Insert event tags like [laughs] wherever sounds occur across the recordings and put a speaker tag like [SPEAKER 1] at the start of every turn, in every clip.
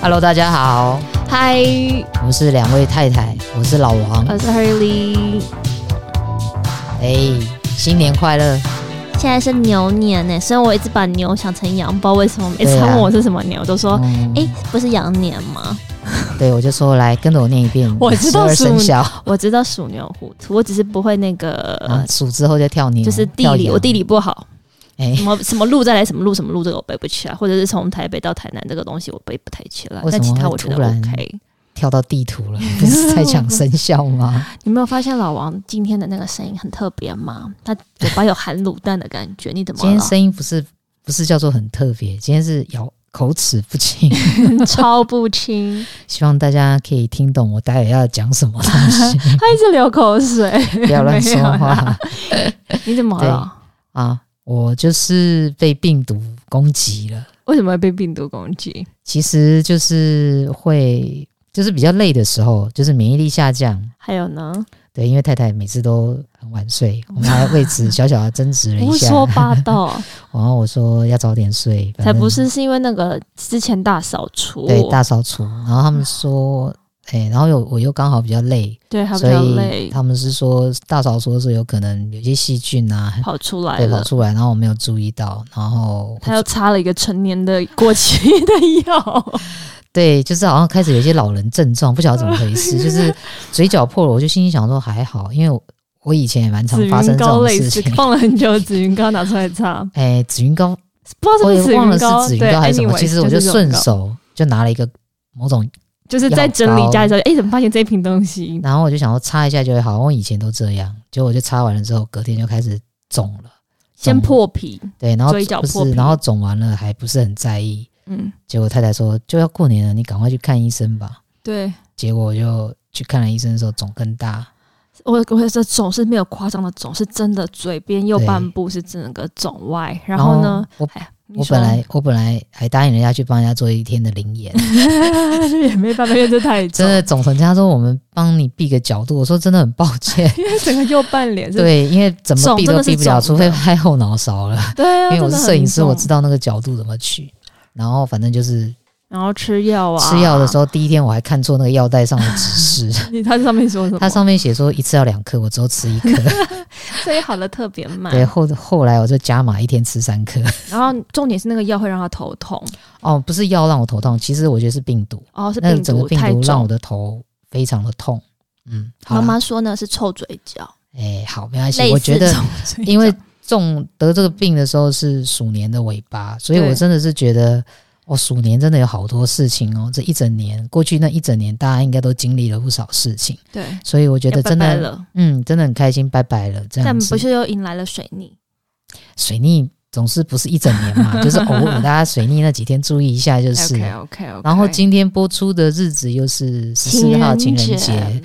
[SPEAKER 1] Hello，大家好，
[SPEAKER 2] 嗨，
[SPEAKER 1] 我们是两位太太，我是老王。
[SPEAKER 2] 呃我是 Hurley，
[SPEAKER 1] 哎、新年快乐！
[SPEAKER 2] 现在是牛年呢，虽然我一直把牛想成羊，不知道为什么每次
[SPEAKER 1] 对啊
[SPEAKER 2] 问我是什么牛，我都说
[SPEAKER 1] 嗯，
[SPEAKER 2] 哎、不是羊年吗？
[SPEAKER 1] 对我就说来跟着我念一遍，
[SPEAKER 2] 我知
[SPEAKER 1] 十
[SPEAKER 2] 道
[SPEAKER 1] 二
[SPEAKER 2] 属
[SPEAKER 1] 生肖
[SPEAKER 2] 我知道属牛虎兔，我只是不会那个。
[SPEAKER 1] 啊，数之后就跳牛，
[SPEAKER 2] 呃就是地
[SPEAKER 1] 跳
[SPEAKER 2] 理，
[SPEAKER 1] 羊
[SPEAKER 2] 我地理
[SPEAKER 1] [laughs]
[SPEAKER 2] 不好，
[SPEAKER 1] 哎
[SPEAKER 2] 什么什么路再来什么路，什么路这个我背不起来，或者是从台北到台南这个东西我背不太起来。
[SPEAKER 1] 为什
[SPEAKER 2] 但
[SPEAKER 1] 么
[SPEAKER 2] 其他
[SPEAKER 1] 会
[SPEAKER 2] 我觉得
[SPEAKER 1] 突然
[SPEAKER 2] OK。
[SPEAKER 1] 跳到地图
[SPEAKER 2] [laughs]
[SPEAKER 1] 了，不是在讲生肖吗？
[SPEAKER 2] 你没有发现老王今天的那个声音很特别吗？他嘴巴有含卤蛋的感觉，你怎么
[SPEAKER 1] 今天
[SPEAKER 2] 了？
[SPEAKER 1] 声音不是不是叫做很特别，今天是咬口齿不清，
[SPEAKER 2] [laughs] 超不清，
[SPEAKER 1] 希望大家可以听懂我待会要讲什么东西，
[SPEAKER 2] 他一直流口水。
[SPEAKER 1] [laughs] 不要乱说
[SPEAKER 2] 没有
[SPEAKER 1] 话
[SPEAKER 2] 啦你怎么了？
[SPEAKER 1] 啊！我就是被病毒攻击了。
[SPEAKER 2] 为什么会被病毒攻击？
[SPEAKER 1] 其实就是会，就是比较累的时候，就是免疫力下降。
[SPEAKER 2] 还有呢？
[SPEAKER 1] 对，因为太太每次都很晚睡，我们还为此小小的争执了
[SPEAKER 2] 胡
[SPEAKER 1] 一下。
[SPEAKER 2] 说八
[SPEAKER 1] [laughs]
[SPEAKER 2] 道，
[SPEAKER 1] 然后我说要早点睡，反
[SPEAKER 2] 才
[SPEAKER 1] 正
[SPEAKER 2] 不是，是因为那个之前大扫除，
[SPEAKER 1] 对大扫除。然后他们说，哎、然后又我又刚好比较累，
[SPEAKER 2] 对，还比
[SPEAKER 1] 所
[SPEAKER 2] 较
[SPEAKER 1] 以
[SPEAKER 2] 累，
[SPEAKER 1] 他们是说大扫除的时候有可能有些细菌啊，
[SPEAKER 2] 跑出来
[SPEAKER 1] 对跑
[SPEAKER 2] 了。
[SPEAKER 1] 出来，然后我没有注意到，然后
[SPEAKER 2] 他又擦了一个成年的过期的药，
[SPEAKER 1] 对，就是好像开始有一些老人症状，不晓得怎么回
[SPEAKER 2] [laughs]
[SPEAKER 1] 事，就是嘴角破了，我就心里想说还好，因为我我以前也蛮常
[SPEAKER 2] 紫
[SPEAKER 1] 发生
[SPEAKER 2] 云
[SPEAKER 1] 这
[SPEAKER 2] 膏
[SPEAKER 1] 种
[SPEAKER 2] 类
[SPEAKER 1] 事
[SPEAKER 2] 似
[SPEAKER 1] 情。
[SPEAKER 2] 放了很久，紫云膏拿出来擦，
[SPEAKER 1] 哎、紫云膏，
[SPEAKER 2] 不知
[SPEAKER 1] 我
[SPEAKER 2] 道是
[SPEAKER 1] 也
[SPEAKER 2] 不紫
[SPEAKER 1] 忘
[SPEAKER 2] 云
[SPEAKER 1] 了是
[SPEAKER 2] 膏，
[SPEAKER 1] 紫云
[SPEAKER 2] 对
[SPEAKER 1] 膏还是什么，
[SPEAKER 2] ，anyway，
[SPEAKER 1] 其实我
[SPEAKER 2] 就
[SPEAKER 1] 就是顺
[SPEAKER 2] 这种膏，
[SPEAKER 1] 手就拿了一个某种，
[SPEAKER 2] 就是在整
[SPEAKER 1] 药
[SPEAKER 2] 理
[SPEAKER 1] 膏
[SPEAKER 2] 家里的时候，哎，怎么发现这一瓶东西？
[SPEAKER 1] 然后我就想说擦一下就会好，我以前都这样，结果我就擦完了之后，隔天就开始肿了，
[SPEAKER 2] 先破皮，
[SPEAKER 1] 对，然后
[SPEAKER 2] 嘴角
[SPEAKER 1] 不
[SPEAKER 2] 破
[SPEAKER 1] 是，
[SPEAKER 2] 皮
[SPEAKER 1] 然后肿完了还不是很在意，
[SPEAKER 2] 嗯，
[SPEAKER 1] 结果太太说就要过年了，你赶快去看医生吧，
[SPEAKER 2] 对
[SPEAKER 1] 结果我就去看了医生的时候肿更大，
[SPEAKER 2] 我我这肿是没有夸张的肿，是真的嘴边右
[SPEAKER 1] 对
[SPEAKER 2] 半部是整个肿歪，然后呢？
[SPEAKER 1] 我
[SPEAKER 2] 哎呀，你
[SPEAKER 1] 我
[SPEAKER 2] 说
[SPEAKER 1] 本来我本来还答应人家去帮人家做一天的灵
[SPEAKER 2] [laughs]
[SPEAKER 1] 眼，
[SPEAKER 2] 也没办法，因为这太重
[SPEAKER 1] 真，的总成家说我们帮你避个角度，我说真的很抱歉，
[SPEAKER 2] [laughs] 因为整个右半脸是，
[SPEAKER 1] 对，因为怎么避
[SPEAKER 2] 肿真
[SPEAKER 1] 都
[SPEAKER 2] 的是
[SPEAKER 1] 避不了，
[SPEAKER 2] 肿
[SPEAKER 1] 除
[SPEAKER 2] 的
[SPEAKER 1] 非拍后脑勺
[SPEAKER 2] [laughs]
[SPEAKER 1] 了，
[SPEAKER 2] 对啊，
[SPEAKER 1] 因为我是摄影师，我知
[SPEAKER 2] 道。
[SPEAKER 1] 道那个角度怎么取。然后反正就是
[SPEAKER 2] 然后吃药啊，
[SPEAKER 1] 吃药的时
[SPEAKER 2] 候，
[SPEAKER 1] 候，第一天我还看错那个药袋上的指
[SPEAKER 2] [laughs]
[SPEAKER 1] 示，
[SPEAKER 2] 你它上面说什么？
[SPEAKER 1] 它上面写说一次要两颗，我只有吃
[SPEAKER 2] [laughs]
[SPEAKER 1] 一颗。
[SPEAKER 2] 所以好的特别慢。
[SPEAKER 1] 对，后后来我就加码一天吃三颗。
[SPEAKER 2] 然后重点是那个药会让他头痛，
[SPEAKER 1] 哦，不是药让我头痛，其实我觉得是病毒，
[SPEAKER 2] 哦，是
[SPEAKER 1] 那
[SPEAKER 2] 病
[SPEAKER 1] 整个
[SPEAKER 2] 毒
[SPEAKER 1] 病
[SPEAKER 2] 太
[SPEAKER 1] 毒让我
[SPEAKER 2] 重。
[SPEAKER 1] 的头非常的痛。嗯，好啦
[SPEAKER 2] 妈妈说呢是臭嘴角，
[SPEAKER 1] 哎，好，没关系
[SPEAKER 2] 类。似
[SPEAKER 1] 我觉得
[SPEAKER 2] 臭，嘴
[SPEAKER 1] [laughs]
[SPEAKER 2] 角
[SPEAKER 1] 因为中得这个病的时候是鼠年的尾巴，所以
[SPEAKER 2] 对
[SPEAKER 1] 我真的是觉得，哦，鼠年真的有好多事情哦。这一整年过去那一整年，大家应该都经历了不少事情，
[SPEAKER 2] 对，
[SPEAKER 1] 所以我觉
[SPEAKER 2] 觉
[SPEAKER 1] 得真的，
[SPEAKER 2] 了，
[SPEAKER 1] 嗯，真的很开心，拜拜了。这
[SPEAKER 2] 但
[SPEAKER 1] 样
[SPEAKER 2] 不
[SPEAKER 1] 子，
[SPEAKER 2] 是又迎来了水逆，
[SPEAKER 1] 水逆总是不是一整年
[SPEAKER 2] [laughs]
[SPEAKER 1] 嘛，就是偶尔大家水逆那几天注意一下就是。
[SPEAKER 2] OK OK OK。
[SPEAKER 1] 然后今天播出的日子又是十四号情人节，，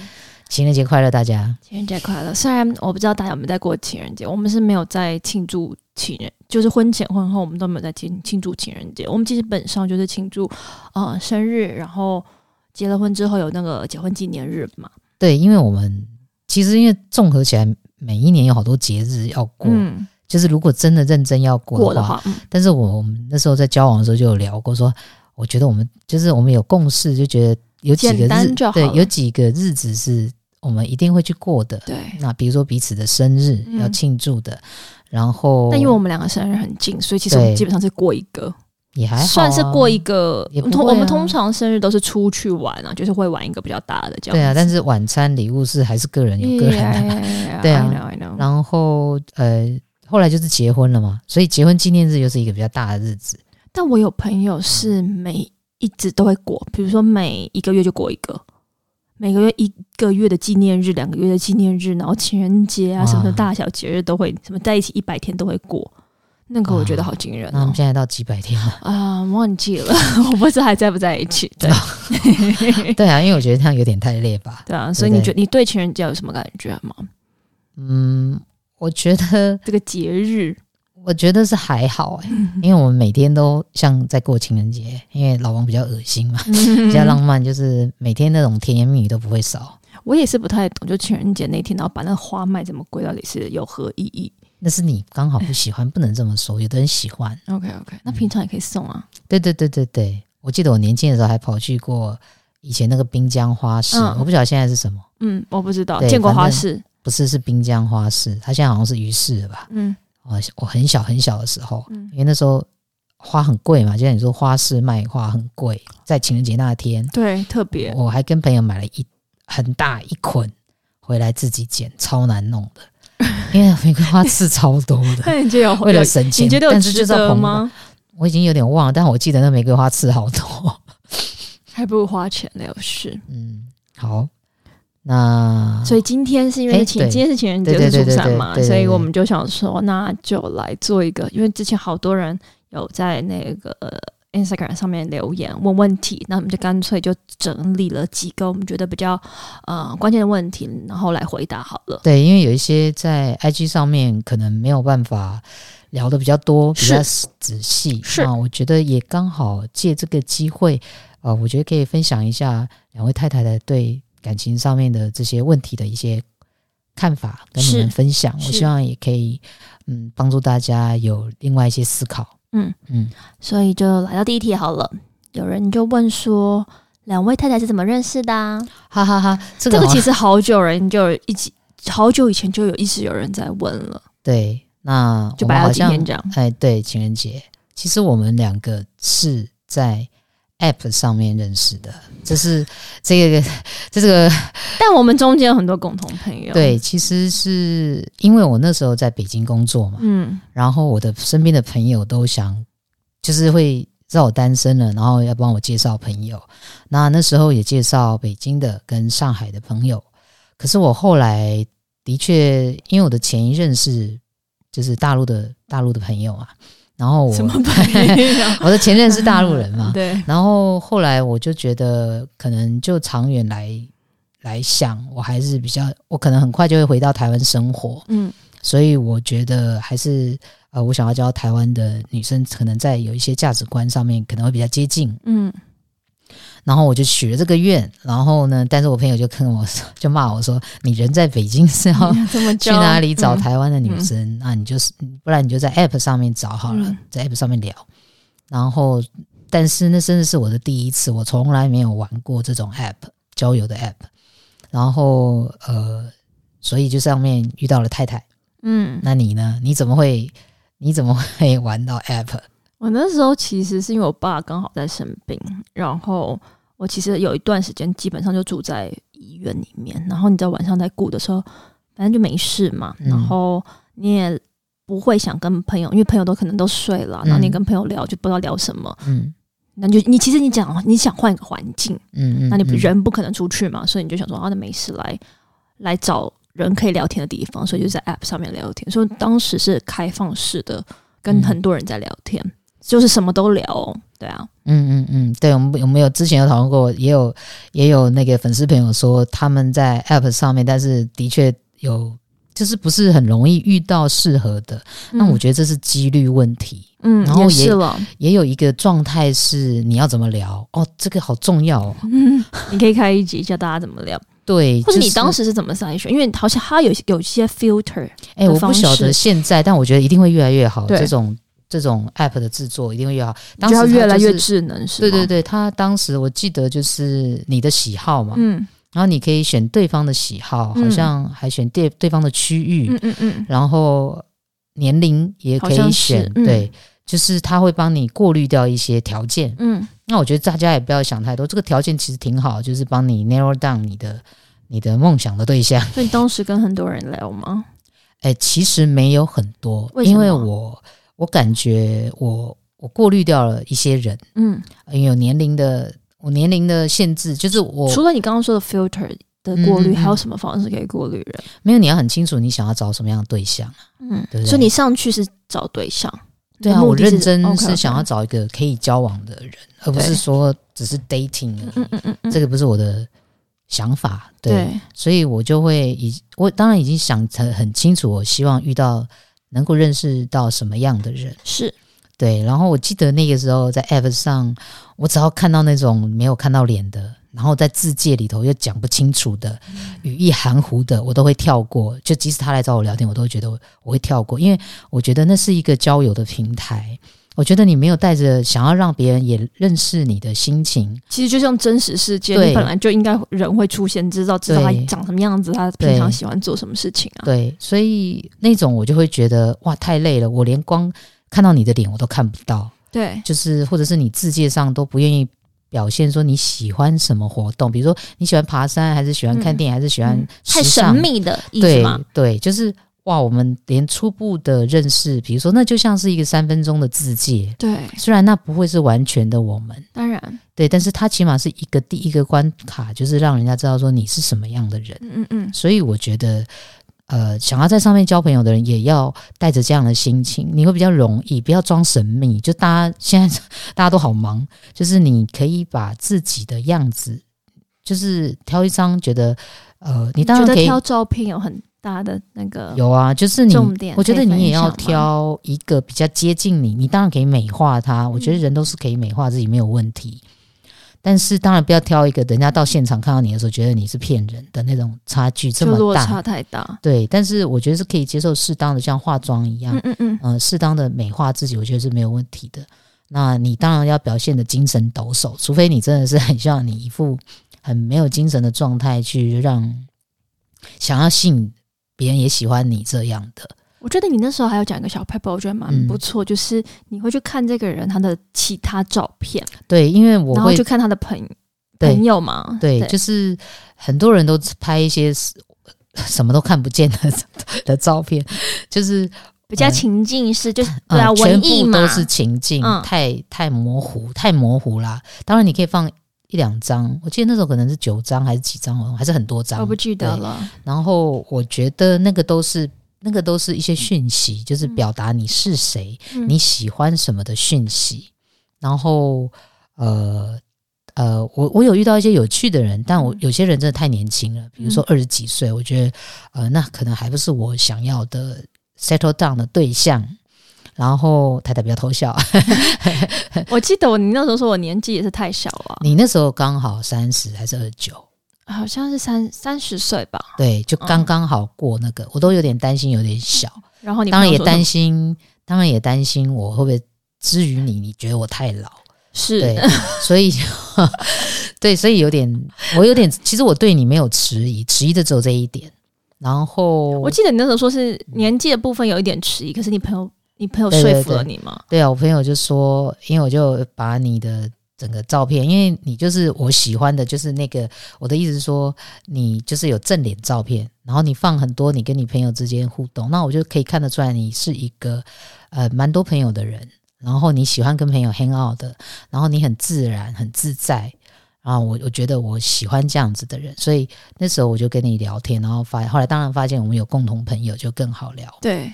[SPEAKER 1] 情人节快乐，大家！
[SPEAKER 2] 情人节快乐！虽然我不知道大家有没有在过情人节，我们是没有在庆祝情人，就是婚前婚后我们都没有在庆庆祝情人节。我们基本上就是庆祝呃生日，然后结了婚之后有那个结婚纪念日嘛。
[SPEAKER 1] 对，因为我们其实因为综合起来，每一年有好多节日要过，
[SPEAKER 2] 嗯，
[SPEAKER 1] 就是如果真的认真要过
[SPEAKER 2] 过的
[SPEAKER 1] 话，
[SPEAKER 2] 话，嗯
[SPEAKER 1] 但是我我们那时候在交往的时候就有聊过说，我觉得我们就是我们有共识，就觉得有几个
[SPEAKER 2] 简单
[SPEAKER 1] 日
[SPEAKER 2] 就好
[SPEAKER 1] 对
[SPEAKER 2] 了
[SPEAKER 1] 有几个日子是我们一定会去过的。
[SPEAKER 2] 对。
[SPEAKER 1] 那比如说彼此的生日
[SPEAKER 2] 嗯
[SPEAKER 1] 要庆祝的，然后
[SPEAKER 2] 但因为我们两个生日很近，所以其实我们基本上是过一个，
[SPEAKER 1] 也还好啊、
[SPEAKER 2] 算是过一个。
[SPEAKER 1] 也不
[SPEAKER 2] 通
[SPEAKER 1] 会啊
[SPEAKER 2] 我们通常生日都是出去玩啊，就是会玩一个比较大的这样子。
[SPEAKER 1] 对啊，但是晚餐礼物是还是个人有个人的。
[SPEAKER 2] 人
[SPEAKER 1] 对啊
[SPEAKER 2] I know I know。
[SPEAKER 1] 然后呃，后来就是结婚了嘛，所以结婚纪念日又是一个比较大的日子。
[SPEAKER 2] 但我有朋友是每一直都会过，比如说每一个月就过一个，每个月一个月的纪念日，两个月的纪念日，然后情人节啊
[SPEAKER 1] 哇
[SPEAKER 2] 什么的大小节日都会，什么在一起一百天都会过。那个我觉得好惊人
[SPEAKER 1] 啊那我
[SPEAKER 2] 哦
[SPEAKER 1] 们！现在到几百天
[SPEAKER 2] [laughs]
[SPEAKER 1] 了？
[SPEAKER 2] 啊、忘记了， [laughs] 我不知道还在不在一起。对
[SPEAKER 1] 对啊，因为我觉得这样有点太累吧。
[SPEAKER 2] 对啊，所以
[SPEAKER 1] 对
[SPEAKER 2] 你觉得你对情人节有什么感觉吗？
[SPEAKER 1] 嗯，我觉得，
[SPEAKER 2] 这个节日，
[SPEAKER 1] 我觉得是还好
[SPEAKER 2] [laughs]
[SPEAKER 1] 哎、因为我们每天都像在过情人节，因为老王比较恶心嘛， [laughs] 比较浪漫，就是每天那种甜言蜜语都不会少。
[SPEAKER 2] 我也是不太懂，就情人节那天，然后把那个花卖这么贵，到底是有何意义
[SPEAKER 1] 那是你刚好不喜欢，不能这么说。有的人喜欢，
[SPEAKER 2] ？OK OK，那平常也可以送啊。
[SPEAKER 1] 对对对对对，我记得我年轻的时候还跑去过以前那个滨江花市，
[SPEAKER 2] 嗯
[SPEAKER 1] 我不晓得现在是什么，
[SPEAKER 2] 嗯，我不知道，
[SPEAKER 1] 对
[SPEAKER 2] 建国
[SPEAKER 1] 反
[SPEAKER 2] 花
[SPEAKER 1] 正
[SPEAKER 2] 市，
[SPEAKER 1] 不是是滨江花市，它现在好像是鱼市了吧？
[SPEAKER 2] 嗯
[SPEAKER 1] 哦，我很小很小的时候，
[SPEAKER 2] 嗯
[SPEAKER 1] 因为那时候花很贵嘛，就像你说花市卖花很贵，在情人节那天，
[SPEAKER 2] 对，特别，
[SPEAKER 1] 我还跟朋友买了一很大一捆回来自己剪，超难弄的，因为玫瑰花刺超多
[SPEAKER 2] [laughs]
[SPEAKER 1] 的。
[SPEAKER 2] 那你觉得有
[SPEAKER 1] 为了
[SPEAKER 2] 有
[SPEAKER 1] 省钱，
[SPEAKER 2] 你觉得有
[SPEAKER 1] 但是就
[SPEAKER 2] 值
[SPEAKER 1] 是要
[SPEAKER 2] 得
[SPEAKER 1] 澎
[SPEAKER 2] 吗？
[SPEAKER 1] 我已经有点忘了，但我记得那玫瑰花刺好多。 [laughs]
[SPEAKER 2] 还不如花钱呢，有事。
[SPEAKER 1] 嗯，好，那
[SPEAKER 2] 所以今天是因
[SPEAKER 1] 啊哎
[SPEAKER 2] 为情，
[SPEAKER 1] 对
[SPEAKER 2] 今天是情人
[SPEAKER 1] 对
[SPEAKER 2] 节
[SPEAKER 1] 对对
[SPEAKER 2] 是初三
[SPEAKER 1] 对对
[SPEAKER 2] 嘛，
[SPEAKER 1] 对对
[SPEAKER 2] 所以
[SPEAKER 1] 对
[SPEAKER 2] 我们就想说，那就来做一个，因为之前好多人有在那个。Instagram 上面留言问问题，那我们就干脆就整理了几个我们觉得比较呃关键的问题，然后来回答好了。
[SPEAKER 1] 对，因为有一些在 IG 上面可能没有办法聊的比较多，比
[SPEAKER 2] 是
[SPEAKER 1] 较仔细。
[SPEAKER 2] 是
[SPEAKER 1] 那我觉得也刚好借这个机会，呃，我觉得可以分享一下两位太太的对感情上面的这些问题的一些看法，跟你们
[SPEAKER 2] 是
[SPEAKER 1] 分享。我
[SPEAKER 2] 是
[SPEAKER 1] 希望也可以，嗯，帮助大家有另外一些思考。
[SPEAKER 2] 嗯
[SPEAKER 1] 嗯，
[SPEAKER 2] 所以就来到第一题好了。有人就问说，两位太太是怎么认识的、啊？
[SPEAKER 1] 哈哈哈，这
[SPEAKER 2] 这
[SPEAKER 1] 个
[SPEAKER 2] 个
[SPEAKER 1] 好
[SPEAKER 2] 其实好久人就有一起，好久以前就有一直有人在问了，
[SPEAKER 1] 对，那
[SPEAKER 2] 就
[SPEAKER 1] 我们
[SPEAKER 2] 摆
[SPEAKER 1] 好
[SPEAKER 2] 到今
[SPEAKER 1] 像
[SPEAKER 2] 天这样。
[SPEAKER 1] 哎，对，情人节，其实我们两个是在 App 上面认识的，这是这个这是个
[SPEAKER 2] 但我们中间有很多共同朋友。
[SPEAKER 1] 对，，其实是因为我那时候在北京工作嘛，
[SPEAKER 2] 嗯，
[SPEAKER 1] 然后我的身边的朋友都想，就是会知道我单身了，然后要帮我介绍朋友。那那时候也介绍北京的跟上海的朋友，可是我后来的确，因为我的前一任是就是大陆的大陆的朋友嘛，然后我
[SPEAKER 2] 什么朋
[SPEAKER 1] [laughs]
[SPEAKER 2] 友？，
[SPEAKER 1] 我的前任是大陆人嘛
[SPEAKER 2] [laughs] 对，
[SPEAKER 1] 然后后来我就觉得，可能就长远来来想，我还是比较，我可能很快就会回到台湾生活，
[SPEAKER 2] 嗯，
[SPEAKER 1] 所以我觉得还是呃，我想要教台湾的女生，可能在有一些价值观上面可能会比较接近。
[SPEAKER 2] 嗯，
[SPEAKER 1] 然后我就许了这个愿，然后呢，但是我朋友就跟我说，就骂我说，你人在北京是要
[SPEAKER 2] 怎么
[SPEAKER 1] 去
[SPEAKER 2] 交
[SPEAKER 1] 哪里找？
[SPEAKER 2] 嗯
[SPEAKER 1] 台湾的女生？那你就是，不然你就在 App 上面找好了，
[SPEAKER 2] 嗯
[SPEAKER 1] 在 App 上面聊。然后，但是那真的是我的第一次，我从来没有玩过这种 App 交友的 App。然后，呃，所以就上面遇到了太太。
[SPEAKER 2] 嗯，
[SPEAKER 1] 那你呢？你怎么会？你怎么会玩到 App？
[SPEAKER 2] 我那时候其实是因为我爸刚好在生病，然后我其实有一段时间基本上就住在医院里面，然后你知道晚上在顾的时候，反正就没事嘛，
[SPEAKER 1] 嗯
[SPEAKER 2] 然后你也。不会想跟朋友，因为朋友都可能都睡了，
[SPEAKER 1] 嗯
[SPEAKER 2] 然后你跟朋友聊就不知道聊什么，
[SPEAKER 1] 嗯
[SPEAKER 2] 那就你其实你讲你想换一个环境，
[SPEAKER 1] 嗯嗯，
[SPEAKER 2] 那你不
[SPEAKER 1] 嗯？
[SPEAKER 2] 人不可能出去嘛，所以你就想说啊，那没事来来找人可以聊天的地方，所以就在 App 上面聊天。所以当时是开放式的，跟
[SPEAKER 1] 嗯
[SPEAKER 2] 很多人在聊天，就是什么都聊、哦。对啊，
[SPEAKER 1] 嗯嗯嗯，对，我们我们有之前有讨论过，也有也有那个粉丝朋友说他们在 App 上面，但是的确有就是不是很容易遇到适合的。那我觉得这是几率问题，
[SPEAKER 2] 嗯，
[SPEAKER 1] 然后
[SPEAKER 2] 也
[SPEAKER 1] 也
[SPEAKER 2] 是了，
[SPEAKER 1] 也有一个状态是你要怎么聊哦，这个好重要哦。
[SPEAKER 2] 嗯，你可以开一集教大家怎么聊，
[SPEAKER 1] 对，
[SPEAKER 2] 或者你
[SPEAKER 1] 就是
[SPEAKER 2] 当时是怎么筛选？因为好像它有有一些 filter，
[SPEAKER 1] 哎、我不晓
[SPEAKER 2] 方式
[SPEAKER 1] 得现在，但我觉得一定会越来越好。
[SPEAKER 2] 对
[SPEAKER 1] 这种这种 App 的制作一定会越好，当
[SPEAKER 2] 就
[SPEAKER 1] 时
[SPEAKER 2] 要
[SPEAKER 1] 它
[SPEAKER 2] 越来
[SPEAKER 1] 就
[SPEAKER 2] 越
[SPEAKER 1] 是
[SPEAKER 2] 智能，是
[SPEAKER 1] 对
[SPEAKER 2] 吗？
[SPEAKER 1] 对
[SPEAKER 2] 对，
[SPEAKER 1] 对，他当时我记得就是你的喜好嘛，
[SPEAKER 2] 嗯
[SPEAKER 1] 然后你可以选对方的喜好，
[SPEAKER 2] 嗯
[SPEAKER 1] 好像还选对对方的区域，
[SPEAKER 2] 嗯嗯嗯，
[SPEAKER 1] 然后年龄也可
[SPEAKER 2] 好像
[SPEAKER 1] 以
[SPEAKER 2] 是
[SPEAKER 1] 选，
[SPEAKER 2] 嗯
[SPEAKER 1] 对，就是他会帮你过滤掉一些条件。
[SPEAKER 2] 嗯
[SPEAKER 1] 那我觉得大家也不要想太多，这个条件其实挺好，就是帮你 narrow down 你的你的梦想的对象。 [laughs]
[SPEAKER 2] 所以你当时跟很多人聊吗？
[SPEAKER 1] 哎，其实没有很多，
[SPEAKER 2] 为什么
[SPEAKER 1] 因为我我感觉我我过滤掉了一些人，
[SPEAKER 2] 嗯，
[SPEAKER 1] 因为有年龄的我年龄的限制，就是我
[SPEAKER 2] 除了你刚刚说的 filter 的过滤，
[SPEAKER 1] 嗯嗯嗯
[SPEAKER 2] 还有什么方式可以过滤人？
[SPEAKER 1] 没有你要很清楚你想要找什么样的对象。
[SPEAKER 2] 嗯，
[SPEAKER 1] 对不对
[SPEAKER 2] 所以你上去是找对象，
[SPEAKER 1] 对啊，
[SPEAKER 2] 你的
[SPEAKER 1] 我
[SPEAKER 2] 目的
[SPEAKER 1] 认真
[SPEAKER 2] OK，OK 嗯
[SPEAKER 1] 是想要找一个可以交往的人，而不是说只是 dating 而已
[SPEAKER 2] 嗯嗯嗯嗯，
[SPEAKER 1] 这个不是我的想法，对，
[SPEAKER 2] 对，
[SPEAKER 1] 所以我就会已我当然已经想得很清楚，我希望遇到能够认识到什么样的人，
[SPEAKER 2] 是
[SPEAKER 1] 对。然后我记得那个时候在 app 上，我只要看到那种没有看到脸的，然后在字界里头又讲不清楚的、语义含糊的，我都会跳过。就即使他来找我聊天，我都会觉得我我会跳过，因为我觉得那是一个交友的平台。我觉得你没有带着想要让别人也认识你的心情，
[SPEAKER 2] 其实就像真实世界，
[SPEAKER 1] 对
[SPEAKER 2] 你本来就应该人会出现，知道知道他
[SPEAKER 1] 对
[SPEAKER 2] 长什么样子，他平常喜欢做什么事情啊。
[SPEAKER 1] 对，所以那种我就会觉得哇，太累了，我连光看到你的脸我都看不到，
[SPEAKER 2] 对
[SPEAKER 1] 就是或者是你字界上都不愿意表现说你喜欢什么活动，比如说你喜欢爬山，还是喜欢看电影，还是喜欢
[SPEAKER 2] 嗯太
[SPEAKER 1] 时
[SPEAKER 2] 神
[SPEAKER 1] 尚
[SPEAKER 2] 秘的意思
[SPEAKER 1] 对
[SPEAKER 2] 吗？
[SPEAKER 1] 对，就是哇，我们连初步的认识，比如说那就像是一个三分钟的字界，
[SPEAKER 2] 对，
[SPEAKER 1] 虽然那不会是完全的我们，
[SPEAKER 2] 当然，
[SPEAKER 1] 对，但是它起码是一个第一个关卡，就是让人家知道说你是什么样的人。
[SPEAKER 2] 嗯嗯嗯，
[SPEAKER 1] 所以我觉得，呃，想要在上面交朋友的人，也要带着这样的心情，你会比较容易，不要装神秘。就大家现在 [laughs] 大家都好忙，就是你可以把自己的样子，就是挑一张觉得，呃，你当
[SPEAKER 2] 觉
[SPEAKER 1] 然
[SPEAKER 2] 得
[SPEAKER 1] 可以
[SPEAKER 2] 挑照片有很大的那个
[SPEAKER 1] 有啊，就是你
[SPEAKER 2] 重点，
[SPEAKER 1] 我觉得
[SPEAKER 2] 可以
[SPEAKER 1] 你也
[SPEAKER 2] 分享
[SPEAKER 1] 要
[SPEAKER 2] 吗
[SPEAKER 1] 挑一个比较接近你，你当然可以美化它。我觉
[SPEAKER 2] 嗯
[SPEAKER 1] 得人都是可以美化自己，没有问题。但是当然不要挑一个人家到现场看到你的时候，觉得你是骗人的那种差距这
[SPEAKER 2] 就
[SPEAKER 1] 么
[SPEAKER 2] 落
[SPEAKER 1] 大。
[SPEAKER 2] 差太大。
[SPEAKER 1] 对，但是我觉得是可以接受适当的，像化妆一样
[SPEAKER 2] 嗯，嗯嗯，
[SPEAKER 1] 嗯、适当的美化自己，我觉得是没有问题的。那你当然要表现的精神抖擞，除非你真的是很像你一副很没有精神的状态去让想要吸引别人也喜欢你这样的。
[SPEAKER 2] 我觉得你那时候还有讲一个小 paper，我觉得蛮
[SPEAKER 1] 嗯
[SPEAKER 2] 不错，就是你会去看这个人他的其他照片，
[SPEAKER 1] 对，因为我
[SPEAKER 2] 然后
[SPEAKER 1] 会
[SPEAKER 2] 去看他的朋
[SPEAKER 1] 对
[SPEAKER 2] 朋友嘛。
[SPEAKER 1] 对，就是很多人都拍一些什么都看不见的 [laughs] 的照片，就是
[SPEAKER 2] 比较
[SPEAKER 1] 嗯
[SPEAKER 2] 情境式，就是
[SPEAKER 1] 嗯
[SPEAKER 2] 对啊，
[SPEAKER 1] 全
[SPEAKER 2] 文艺
[SPEAKER 1] 部
[SPEAKER 2] 嘛
[SPEAKER 1] 都，是情境，
[SPEAKER 2] 嗯
[SPEAKER 1] 太太模糊，太模糊啦。当然你可以放一两张，我记得那时候可能是九张还是几张，还是很多张
[SPEAKER 2] 哦我。不记得
[SPEAKER 1] 对
[SPEAKER 2] 了。
[SPEAKER 1] 然后我觉得那个都是那个都是一些讯息，就是
[SPEAKER 2] 嗯
[SPEAKER 1] 表达你是谁，
[SPEAKER 2] 嗯
[SPEAKER 1] 你喜欢什么的讯息。然后呃呃，我我有遇到一些有趣的人，但我
[SPEAKER 2] 嗯
[SPEAKER 1] 有些人真的太年轻了，比如说二十几岁，我觉得呃那可能还不是我想要的 settle down 的对象。然后太太不要偷笑， [laughs]
[SPEAKER 2] 我记得我你那时候说我年纪也是太小了，
[SPEAKER 1] 你那时候刚好三十还是二九？
[SPEAKER 2] 好像是三三十岁吧。
[SPEAKER 1] 对，就刚刚好过那个，我都有点担心，有点小。
[SPEAKER 2] 然嗯后你
[SPEAKER 1] 当然也担
[SPEAKER 2] 心
[SPEAKER 1] 心，当然也担心我会不会至于你，你觉得我太老，对
[SPEAKER 2] 是，呃
[SPEAKER 1] 所以 [laughs] 对，所以有点，我有点，其实我对你没有迟疑，迟疑的只有这一点。然后
[SPEAKER 2] 我记得你那时候说是年纪的部分有一点迟疑，可是你朋友你朋友
[SPEAKER 1] 嗯对对
[SPEAKER 2] 说服了
[SPEAKER 1] 对
[SPEAKER 2] 你吗？
[SPEAKER 1] 对啊，我朋友就说，因为我就把你的整个照片，因为你就是我喜欢的，就是那个我的意思是说，你就是有正脸照片，然后你放很多你跟你朋友之间互动，那我就可以看得出来你是一个呃蛮多朋友的人，然后你喜欢跟朋友 hang out 的，然后你很自然很自在。啊，我我觉得我喜欢这样子的人，所以那时候我就跟你聊天，然后发后来当然发现我们有共同朋友，就更好聊。
[SPEAKER 2] 对，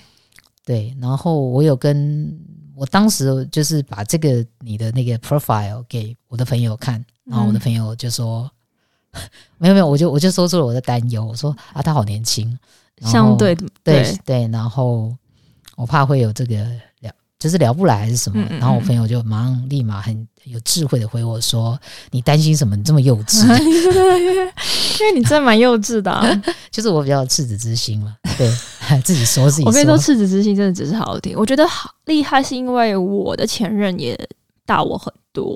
[SPEAKER 1] 对，然后我有跟我当时就是把这个你的那个 profile 给我的朋友看，然后我的
[SPEAKER 2] 嗯
[SPEAKER 1] 朋友就说， [laughs] 没有没有，我就我就说出了我的担忧，我说啊，他好年轻，然
[SPEAKER 2] 相
[SPEAKER 1] 后
[SPEAKER 2] 对
[SPEAKER 1] 对对，然后我怕会有这个聊，就是聊不来还是什么，
[SPEAKER 2] 嗯嗯
[SPEAKER 1] 然后我
[SPEAKER 2] 嗯
[SPEAKER 1] 朋友就马上立马很有智慧的回我说，你担心什么？你这么幼稚，
[SPEAKER 2] [laughs]
[SPEAKER 1] [laughs]
[SPEAKER 2] 因为你真的蛮幼稚的啊、
[SPEAKER 1] 就是我比较有赤子之心嘛，对 [laughs] 自己说自己
[SPEAKER 2] 我跟你
[SPEAKER 1] 说
[SPEAKER 2] 说，，赤子之心真的只是好听。我觉得好厉害是因为我的前任也大我很多，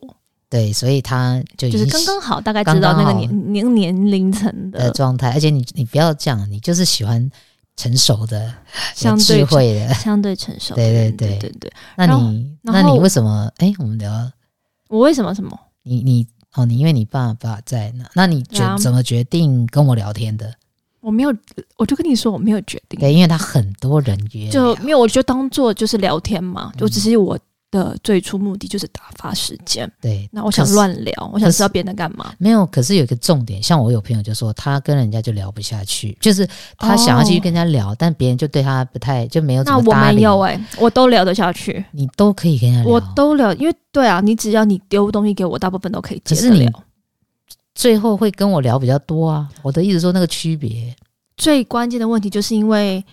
[SPEAKER 1] 对，所以他就已
[SPEAKER 2] 就是
[SPEAKER 1] 经
[SPEAKER 2] 刚刚好大概
[SPEAKER 1] 刚
[SPEAKER 2] 知道那个
[SPEAKER 1] 刚好呃
[SPEAKER 2] 年年年龄层
[SPEAKER 1] 的
[SPEAKER 2] 的
[SPEAKER 1] 状态，而且你你不要这样，你就是喜欢成熟的、有
[SPEAKER 2] 相
[SPEAKER 1] 智
[SPEAKER 2] 对成
[SPEAKER 1] 慧的。
[SPEAKER 2] 相对成熟的
[SPEAKER 1] 对对
[SPEAKER 2] 人。
[SPEAKER 1] 对
[SPEAKER 2] 对对对，
[SPEAKER 1] 那
[SPEAKER 2] 然后
[SPEAKER 1] 你
[SPEAKER 2] 然
[SPEAKER 1] 那你
[SPEAKER 2] 后
[SPEAKER 1] 为什么？哎、我们聊
[SPEAKER 2] 我为什么什么？
[SPEAKER 1] 你你哦，你因为你爸爸在那，那你决
[SPEAKER 2] 对啊
[SPEAKER 1] 怎么决定跟我聊天的？
[SPEAKER 2] 我没有，我就跟你说我没有决定，
[SPEAKER 1] 对，因为他很多人约啊
[SPEAKER 2] 就
[SPEAKER 1] 聊，
[SPEAKER 2] 没有，我就当做就是聊天嘛，
[SPEAKER 1] 嗯
[SPEAKER 2] 就只是我的最初目的就是打发时间。
[SPEAKER 1] 对，
[SPEAKER 2] 那我想
[SPEAKER 1] 可是
[SPEAKER 2] 乱聊，我想知道别人在干嘛。
[SPEAKER 1] 没有。可是有一个重点，像我有朋友就说，他跟人家就聊不下去，就是他想要继续
[SPEAKER 2] 哦
[SPEAKER 1] 跟人家聊，但别人就对他不太就没有怎
[SPEAKER 2] 那
[SPEAKER 1] 么
[SPEAKER 2] 我
[SPEAKER 1] 搭
[SPEAKER 2] 没
[SPEAKER 1] 理。
[SPEAKER 2] 有哎、我都聊得下去，
[SPEAKER 1] 你都可以跟人家聊，
[SPEAKER 2] 我都聊，因为对啊，你只要你丢东西给我，大部分都可以接
[SPEAKER 1] 可是
[SPEAKER 2] 得
[SPEAKER 1] 你
[SPEAKER 2] 了。
[SPEAKER 1] 最后会跟我聊比较多啊。我的意思说那个区别，
[SPEAKER 2] 最关键的问题就是因为，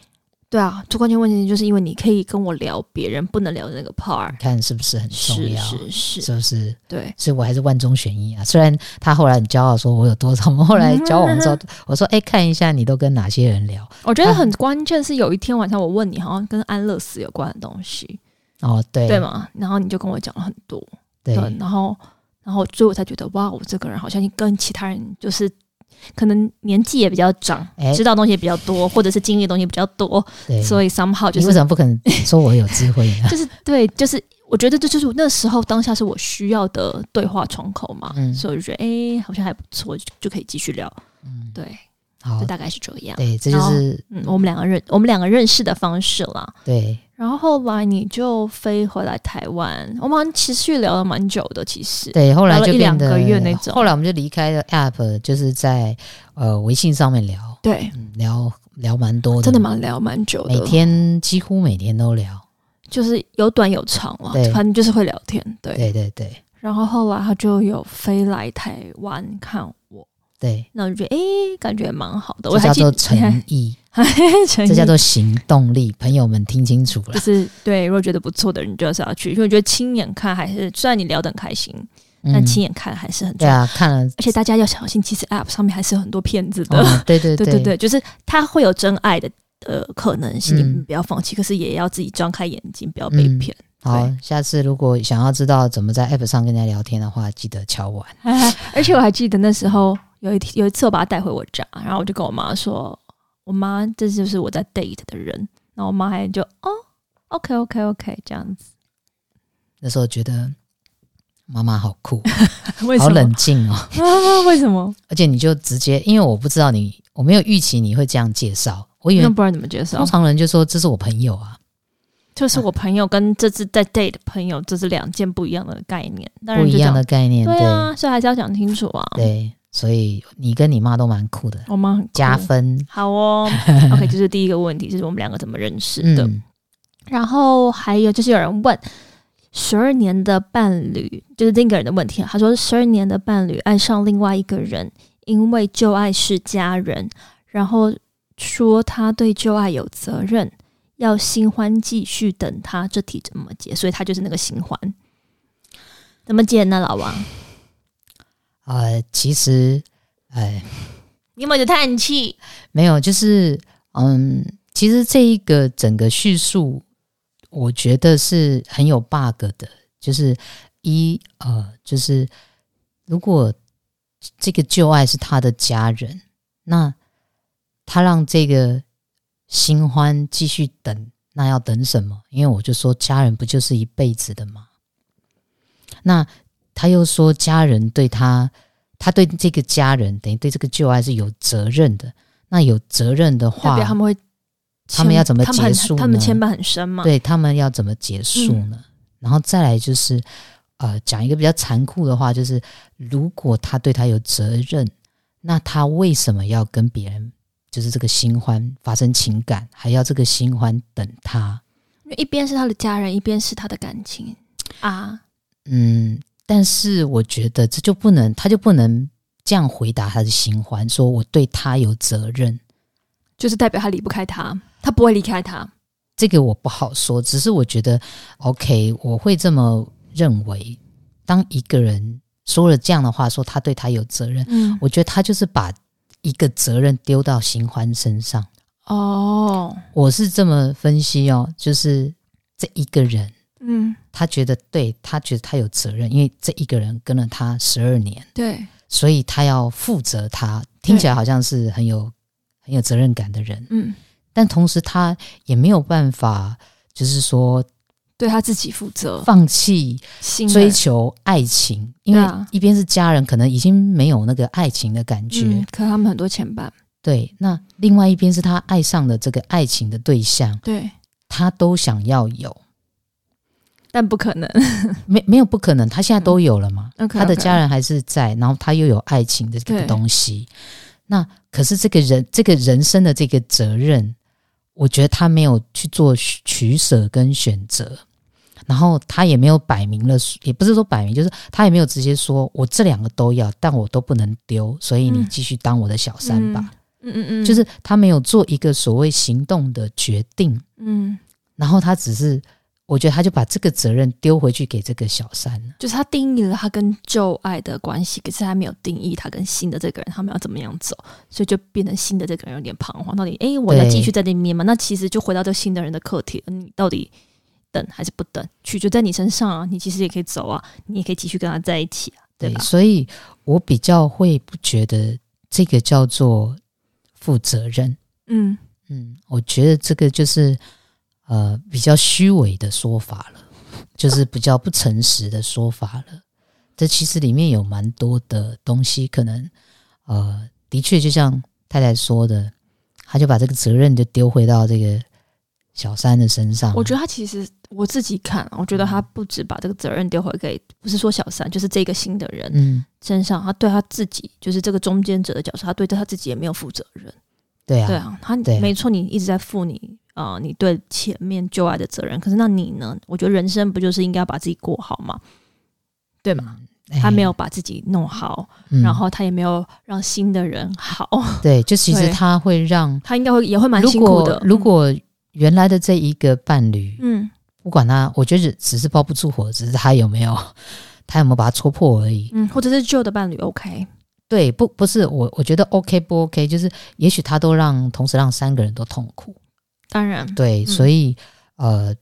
[SPEAKER 2] 对啊，最关键问题就是因为你可以跟我聊别人不能聊的那个 part，
[SPEAKER 1] 你看是不是很重
[SPEAKER 2] 是
[SPEAKER 1] 要？
[SPEAKER 2] 是是，
[SPEAKER 1] 是不是？
[SPEAKER 2] 对，
[SPEAKER 1] 所以我还是万中选一啊。虽然他后来很骄傲说我有多少， [laughs] 我们后
[SPEAKER 2] [laughs]
[SPEAKER 1] 来交往之后，我说哎、看一下你都跟哪些人聊，
[SPEAKER 2] 我觉得很关键是有一天晚上我问你，好像跟安乐死有关的东西，
[SPEAKER 1] 哦，对，
[SPEAKER 2] 对嗯吗？然后你就跟我讲了很多，
[SPEAKER 1] 对，
[SPEAKER 2] 对，然后然后所以我才觉得哇，我这个人好像跟其他人就是可能年纪也比较长，
[SPEAKER 1] 哎
[SPEAKER 2] 知道东西也比较多，或者是经历的东西比较多，
[SPEAKER 1] 对，
[SPEAKER 2] 所以 somehow 就
[SPEAKER 1] 你为
[SPEAKER 2] 是？
[SPEAKER 1] 什么不肯说我有智慧呢
[SPEAKER 2] [laughs] 就是对，就是我觉得这就是我那时候当下是我需要的对话窗口嘛，
[SPEAKER 1] 嗯
[SPEAKER 2] 所以我就觉得哎、好像还不错，就就可以继续聊，
[SPEAKER 1] 嗯，
[SPEAKER 2] 对，
[SPEAKER 1] 好
[SPEAKER 2] 就，大概是这样。
[SPEAKER 1] 对，这就
[SPEAKER 2] 然后
[SPEAKER 1] 是
[SPEAKER 2] 嗯，我们两个认我们两个认识的方式啦。
[SPEAKER 1] 对，
[SPEAKER 2] 然后后来你就飞回来台湾，我们好像持续聊了蛮久的，其实
[SPEAKER 1] 对，后来
[SPEAKER 2] 聊了
[SPEAKER 1] 就
[SPEAKER 2] 一
[SPEAKER 1] 变
[SPEAKER 2] 两
[SPEAKER 1] 得
[SPEAKER 2] 个月那种
[SPEAKER 1] 后来我们就离开了 App，就是在呃微信上面聊，
[SPEAKER 2] 对，
[SPEAKER 1] 嗯，聊聊蛮多的，
[SPEAKER 2] 真的蛮聊蛮久的，
[SPEAKER 1] 每天几乎每天都聊，
[SPEAKER 2] 就是有短有长嘛
[SPEAKER 1] 对，
[SPEAKER 2] 反正就是会聊天。对，
[SPEAKER 1] 对对对
[SPEAKER 2] 然后后来他就有飞来台湾看我，
[SPEAKER 1] 对，
[SPEAKER 2] 那我就觉得诶，感觉蛮好的。我
[SPEAKER 1] 这
[SPEAKER 2] 还
[SPEAKER 1] 叫
[SPEAKER 2] 记 [laughs] 得
[SPEAKER 1] 做诚意，
[SPEAKER 2] 诚意，
[SPEAKER 1] 这叫做行动力，朋友们听清楚
[SPEAKER 2] 就
[SPEAKER 1] 了，
[SPEAKER 2] 是对，如果觉得不错的人就是要去，因为我觉得亲眼看还是虽然你聊得很开心，但
[SPEAKER 1] 嗯
[SPEAKER 2] 亲眼看还是很重
[SPEAKER 1] 对
[SPEAKER 2] 要。
[SPEAKER 1] 啊，看
[SPEAKER 2] [laughs]
[SPEAKER 1] 了，
[SPEAKER 2] 而且大家要小心，其实 App 上面还是有很多骗子的。
[SPEAKER 1] 嗯对
[SPEAKER 2] [laughs]
[SPEAKER 1] 对
[SPEAKER 2] 对对
[SPEAKER 1] 对
[SPEAKER 2] 对，就是他会有真爱的呃可能性，你
[SPEAKER 1] 嗯
[SPEAKER 2] 不要放弃，可是也要自己张开眼睛，不要被
[SPEAKER 1] 嗯
[SPEAKER 2] 骗。 [laughs]
[SPEAKER 1] 好，下次如果想要知道怎么在 App 上跟人家聊天的话，记得敲碗。
[SPEAKER 2] 而且我还记得那时候有一天有一次我把他带回我家，然后我就跟我妈说，我妈这就是我在 date 的人，然后我妈还就哦，OK OK OK 这样
[SPEAKER 1] [laughs]
[SPEAKER 2] 子，
[SPEAKER 1] 那时候觉得妈妈好酷，
[SPEAKER 2] [laughs] 为
[SPEAKER 1] 好
[SPEAKER 2] 什么
[SPEAKER 1] 冷？静哦，
[SPEAKER 2] 啊， [laughs] 为什么？
[SPEAKER 1] 而且你就直接，因为我不知道你，我没有预期你会这样介绍，我以
[SPEAKER 2] 那
[SPEAKER 1] 为
[SPEAKER 2] 不然怎么介绍
[SPEAKER 1] 通？常人就说这是我朋友啊，
[SPEAKER 2] 就是我朋友跟这次在 date 的朋友，这是两件不一样的概念，当
[SPEAKER 1] 不
[SPEAKER 2] 然就
[SPEAKER 1] 一样
[SPEAKER 2] 讲
[SPEAKER 1] 的概念，
[SPEAKER 2] 对
[SPEAKER 1] 对
[SPEAKER 2] 啊，所以还是要讲清楚啊。
[SPEAKER 1] 对所以你跟你妈都蛮酷的，
[SPEAKER 2] 我妈很酷
[SPEAKER 1] 加分，
[SPEAKER 2] 好
[SPEAKER 1] [laughs]
[SPEAKER 2] 哦，OK，这是第一个问题，就是我们两个怎么认识的。
[SPEAKER 1] 嗯，
[SPEAKER 2] 然后还有就是有人问，十二年的伴侣，就是那个人的问题啊。他说，十二年的伴侣爱上另外一个人，因为旧爱是家人，然后说他对旧爱有责任，要新欢继续等他，这题怎么解？所以他就是那个新欢，怎么解呢？老王，
[SPEAKER 1] 呃，其实，呃，
[SPEAKER 2] 你有没有叹气？
[SPEAKER 1] 没有，就是，嗯，其实这一个整个叙述，我觉得是很有 bug 的，就是一呃，就是如果这个旧爱是他的家人，那他让这个新欢继续等，那要等什么？因为我就说家人不就是一辈子的吗？那他又说家人对他，他对这个家人等于对这个旧爱是有责任的。那有责任的
[SPEAKER 2] 代
[SPEAKER 1] 话，
[SPEAKER 2] 表他们会牵。
[SPEAKER 1] 他们要怎么
[SPEAKER 2] 他们很
[SPEAKER 1] 结束
[SPEAKER 2] 他们
[SPEAKER 1] 呢
[SPEAKER 2] 牵绊很深嘛？
[SPEAKER 1] 对他们要怎么结束呢？然后再来就是，呃，讲一个比较残酷的话，就是如果他对他有责任，那他为什么要跟别人，就是这个新欢发生情感，还要这个新欢等他？
[SPEAKER 2] 因为一边是他的家人，一边是他的感情啊。
[SPEAKER 1] 嗯，但是我觉得这就不能，他就不能这样回答他的新欢，说我对他有责任。
[SPEAKER 2] 就是代表他离不开他，他不会离开他。
[SPEAKER 1] 这个我不好说，只是我觉得，OK，我会这么认为。当一个人说了这样的话，说他对他有责任，
[SPEAKER 2] 嗯，
[SPEAKER 1] 我觉得他就是把一个责任丢到新欢身上。
[SPEAKER 2] 哦，
[SPEAKER 1] 我是这么分析哦，就是这一个人，
[SPEAKER 2] 嗯，
[SPEAKER 1] 他觉得对他觉得他有责任，因为这一个人跟了他十二年，
[SPEAKER 2] 对，
[SPEAKER 1] 所以他要负责他。听起来好像是很有很有责任感的人，
[SPEAKER 2] 嗯，
[SPEAKER 1] 但同时他也没有办法，就是说
[SPEAKER 2] 对他自己负责，
[SPEAKER 1] 放弃
[SPEAKER 2] 信
[SPEAKER 1] 追
[SPEAKER 2] 任
[SPEAKER 1] 求爱情，因
[SPEAKER 2] 对
[SPEAKER 1] 为
[SPEAKER 2] 啊
[SPEAKER 1] 一边是家人，可能已经没有那个爱情的感觉，
[SPEAKER 2] 嗯，可他们很多牵绊，
[SPEAKER 1] 对。那另外一边是他爱上的这个爱情的对象，
[SPEAKER 2] 对，
[SPEAKER 1] 他都想要有，
[SPEAKER 2] 但不可能。
[SPEAKER 1] 没没有不可能，他现在都有了嘛。
[SPEAKER 2] 嗯 OK，
[SPEAKER 1] 他的
[SPEAKER 2] OK
[SPEAKER 1] 家人还是在，然后他又有爱情的这个
[SPEAKER 2] 对
[SPEAKER 1] 东西。那可是这个人这个人生的这个责任，我觉得他没有去做取取舍跟选择，然后他也没有摆明了，也不是说摆明，就是他也没有直接说我这两个都要，但我都不能丢，所以你
[SPEAKER 2] 嗯
[SPEAKER 1] 继续当我的小三吧。
[SPEAKER 2] 嗯嗯嗯，
[SPEAKER 1] 就是他没有做一个所谓行动的决定，
[SPEAKER 2] 嗯，
[SPEAKER 1] 然后他只是，我觉得他就把这个责任丢回去给这个小三了。
[SPEAKER 2] 就是他定义了他跟旧爱的关系，可是他没有定义他跟新的这个人他们要怎么样走，所以就变成新的这个人有点彷徨，到底诶，我要
[SPEAKER 1] 对
[SPEAKER 2] 继续在那边吗？那其实就回到这新的人的课题，你到底等还是不等？取决在你身上啊，你其实也可以走啊，你也可以继续跟他在一起啊，对
[SPEAKER 1] 对，
[SPEAKER 2] 吧？
[SPEAKER 1] 所以我比较会不觉得这个叫做负责任。
[SPEAKER 2] 嗯，
[SPEAKER 1] 嗯，我觉得这个就是呃比较虚伪的说法了，就是比较不诚实的说法了。这其实里面有蛮多的东西，可能呃的确就像太太说的，他就把这个责任就丢回到这个小三的身上。
[SPEAKER 2] 我觉得他其实我自己看，啊我觉得他不止把这个责任丢回给，不是说小三，就是这个新的人
[SPEAKER 1] 嗯，
[SPEAKER 2] 身上，他对他自己就是这个中间者的角色，他对他自己也没有负责任。
[SPEAKER 1] 对啊，
[SPEAKER 2] 对啊，他
[SPEAKER 1] 对
[SPEAKER 2] 没错，你一直在负你啊、呃你对前面旧爱的责任。可是那你呢？我觉得人生不就是应该把自己过好吗？对吗？
[SPEAKER 1] 哎
[SPEAKER 2] 他没有把自己弄好，
[SPEAKER 1] 嗯
[SPEAKER 2] 然后他也没有让新的人好， [laughs]
[SPEAKER 1] 对，就其实
[SPEAKER 2] 对
[SPEAKER 1] 他会让
[SPEAKER 2] 他应该会也会蛮
[SPEAKER 1] 如
[SPEAKER 2] 辛苦
[SPEAKER 1] 果
[SPEAKER 2] 的。
[SPEAKER 1] 如果原来的这一个伴侣，
[SPEAKER 2] 嗯
[SPEAKER 1] 不管他，我觉得只是包不住火，只是他有没有 [laughs] 他有没有把它戳破而已。
[SPEAKER 2] 嗯，或者是旧的伴侣 OK，
[SPEAKER 1] 对，不不是我，我觉得 OK 不 OK，就是也许他都让同时让三个人都痛苦。
[SPEAKER 2] 当然
[SPEAKER 1] 对，
[SPEAKER 2] 嗯
[SPEAKER 1] 所以呃，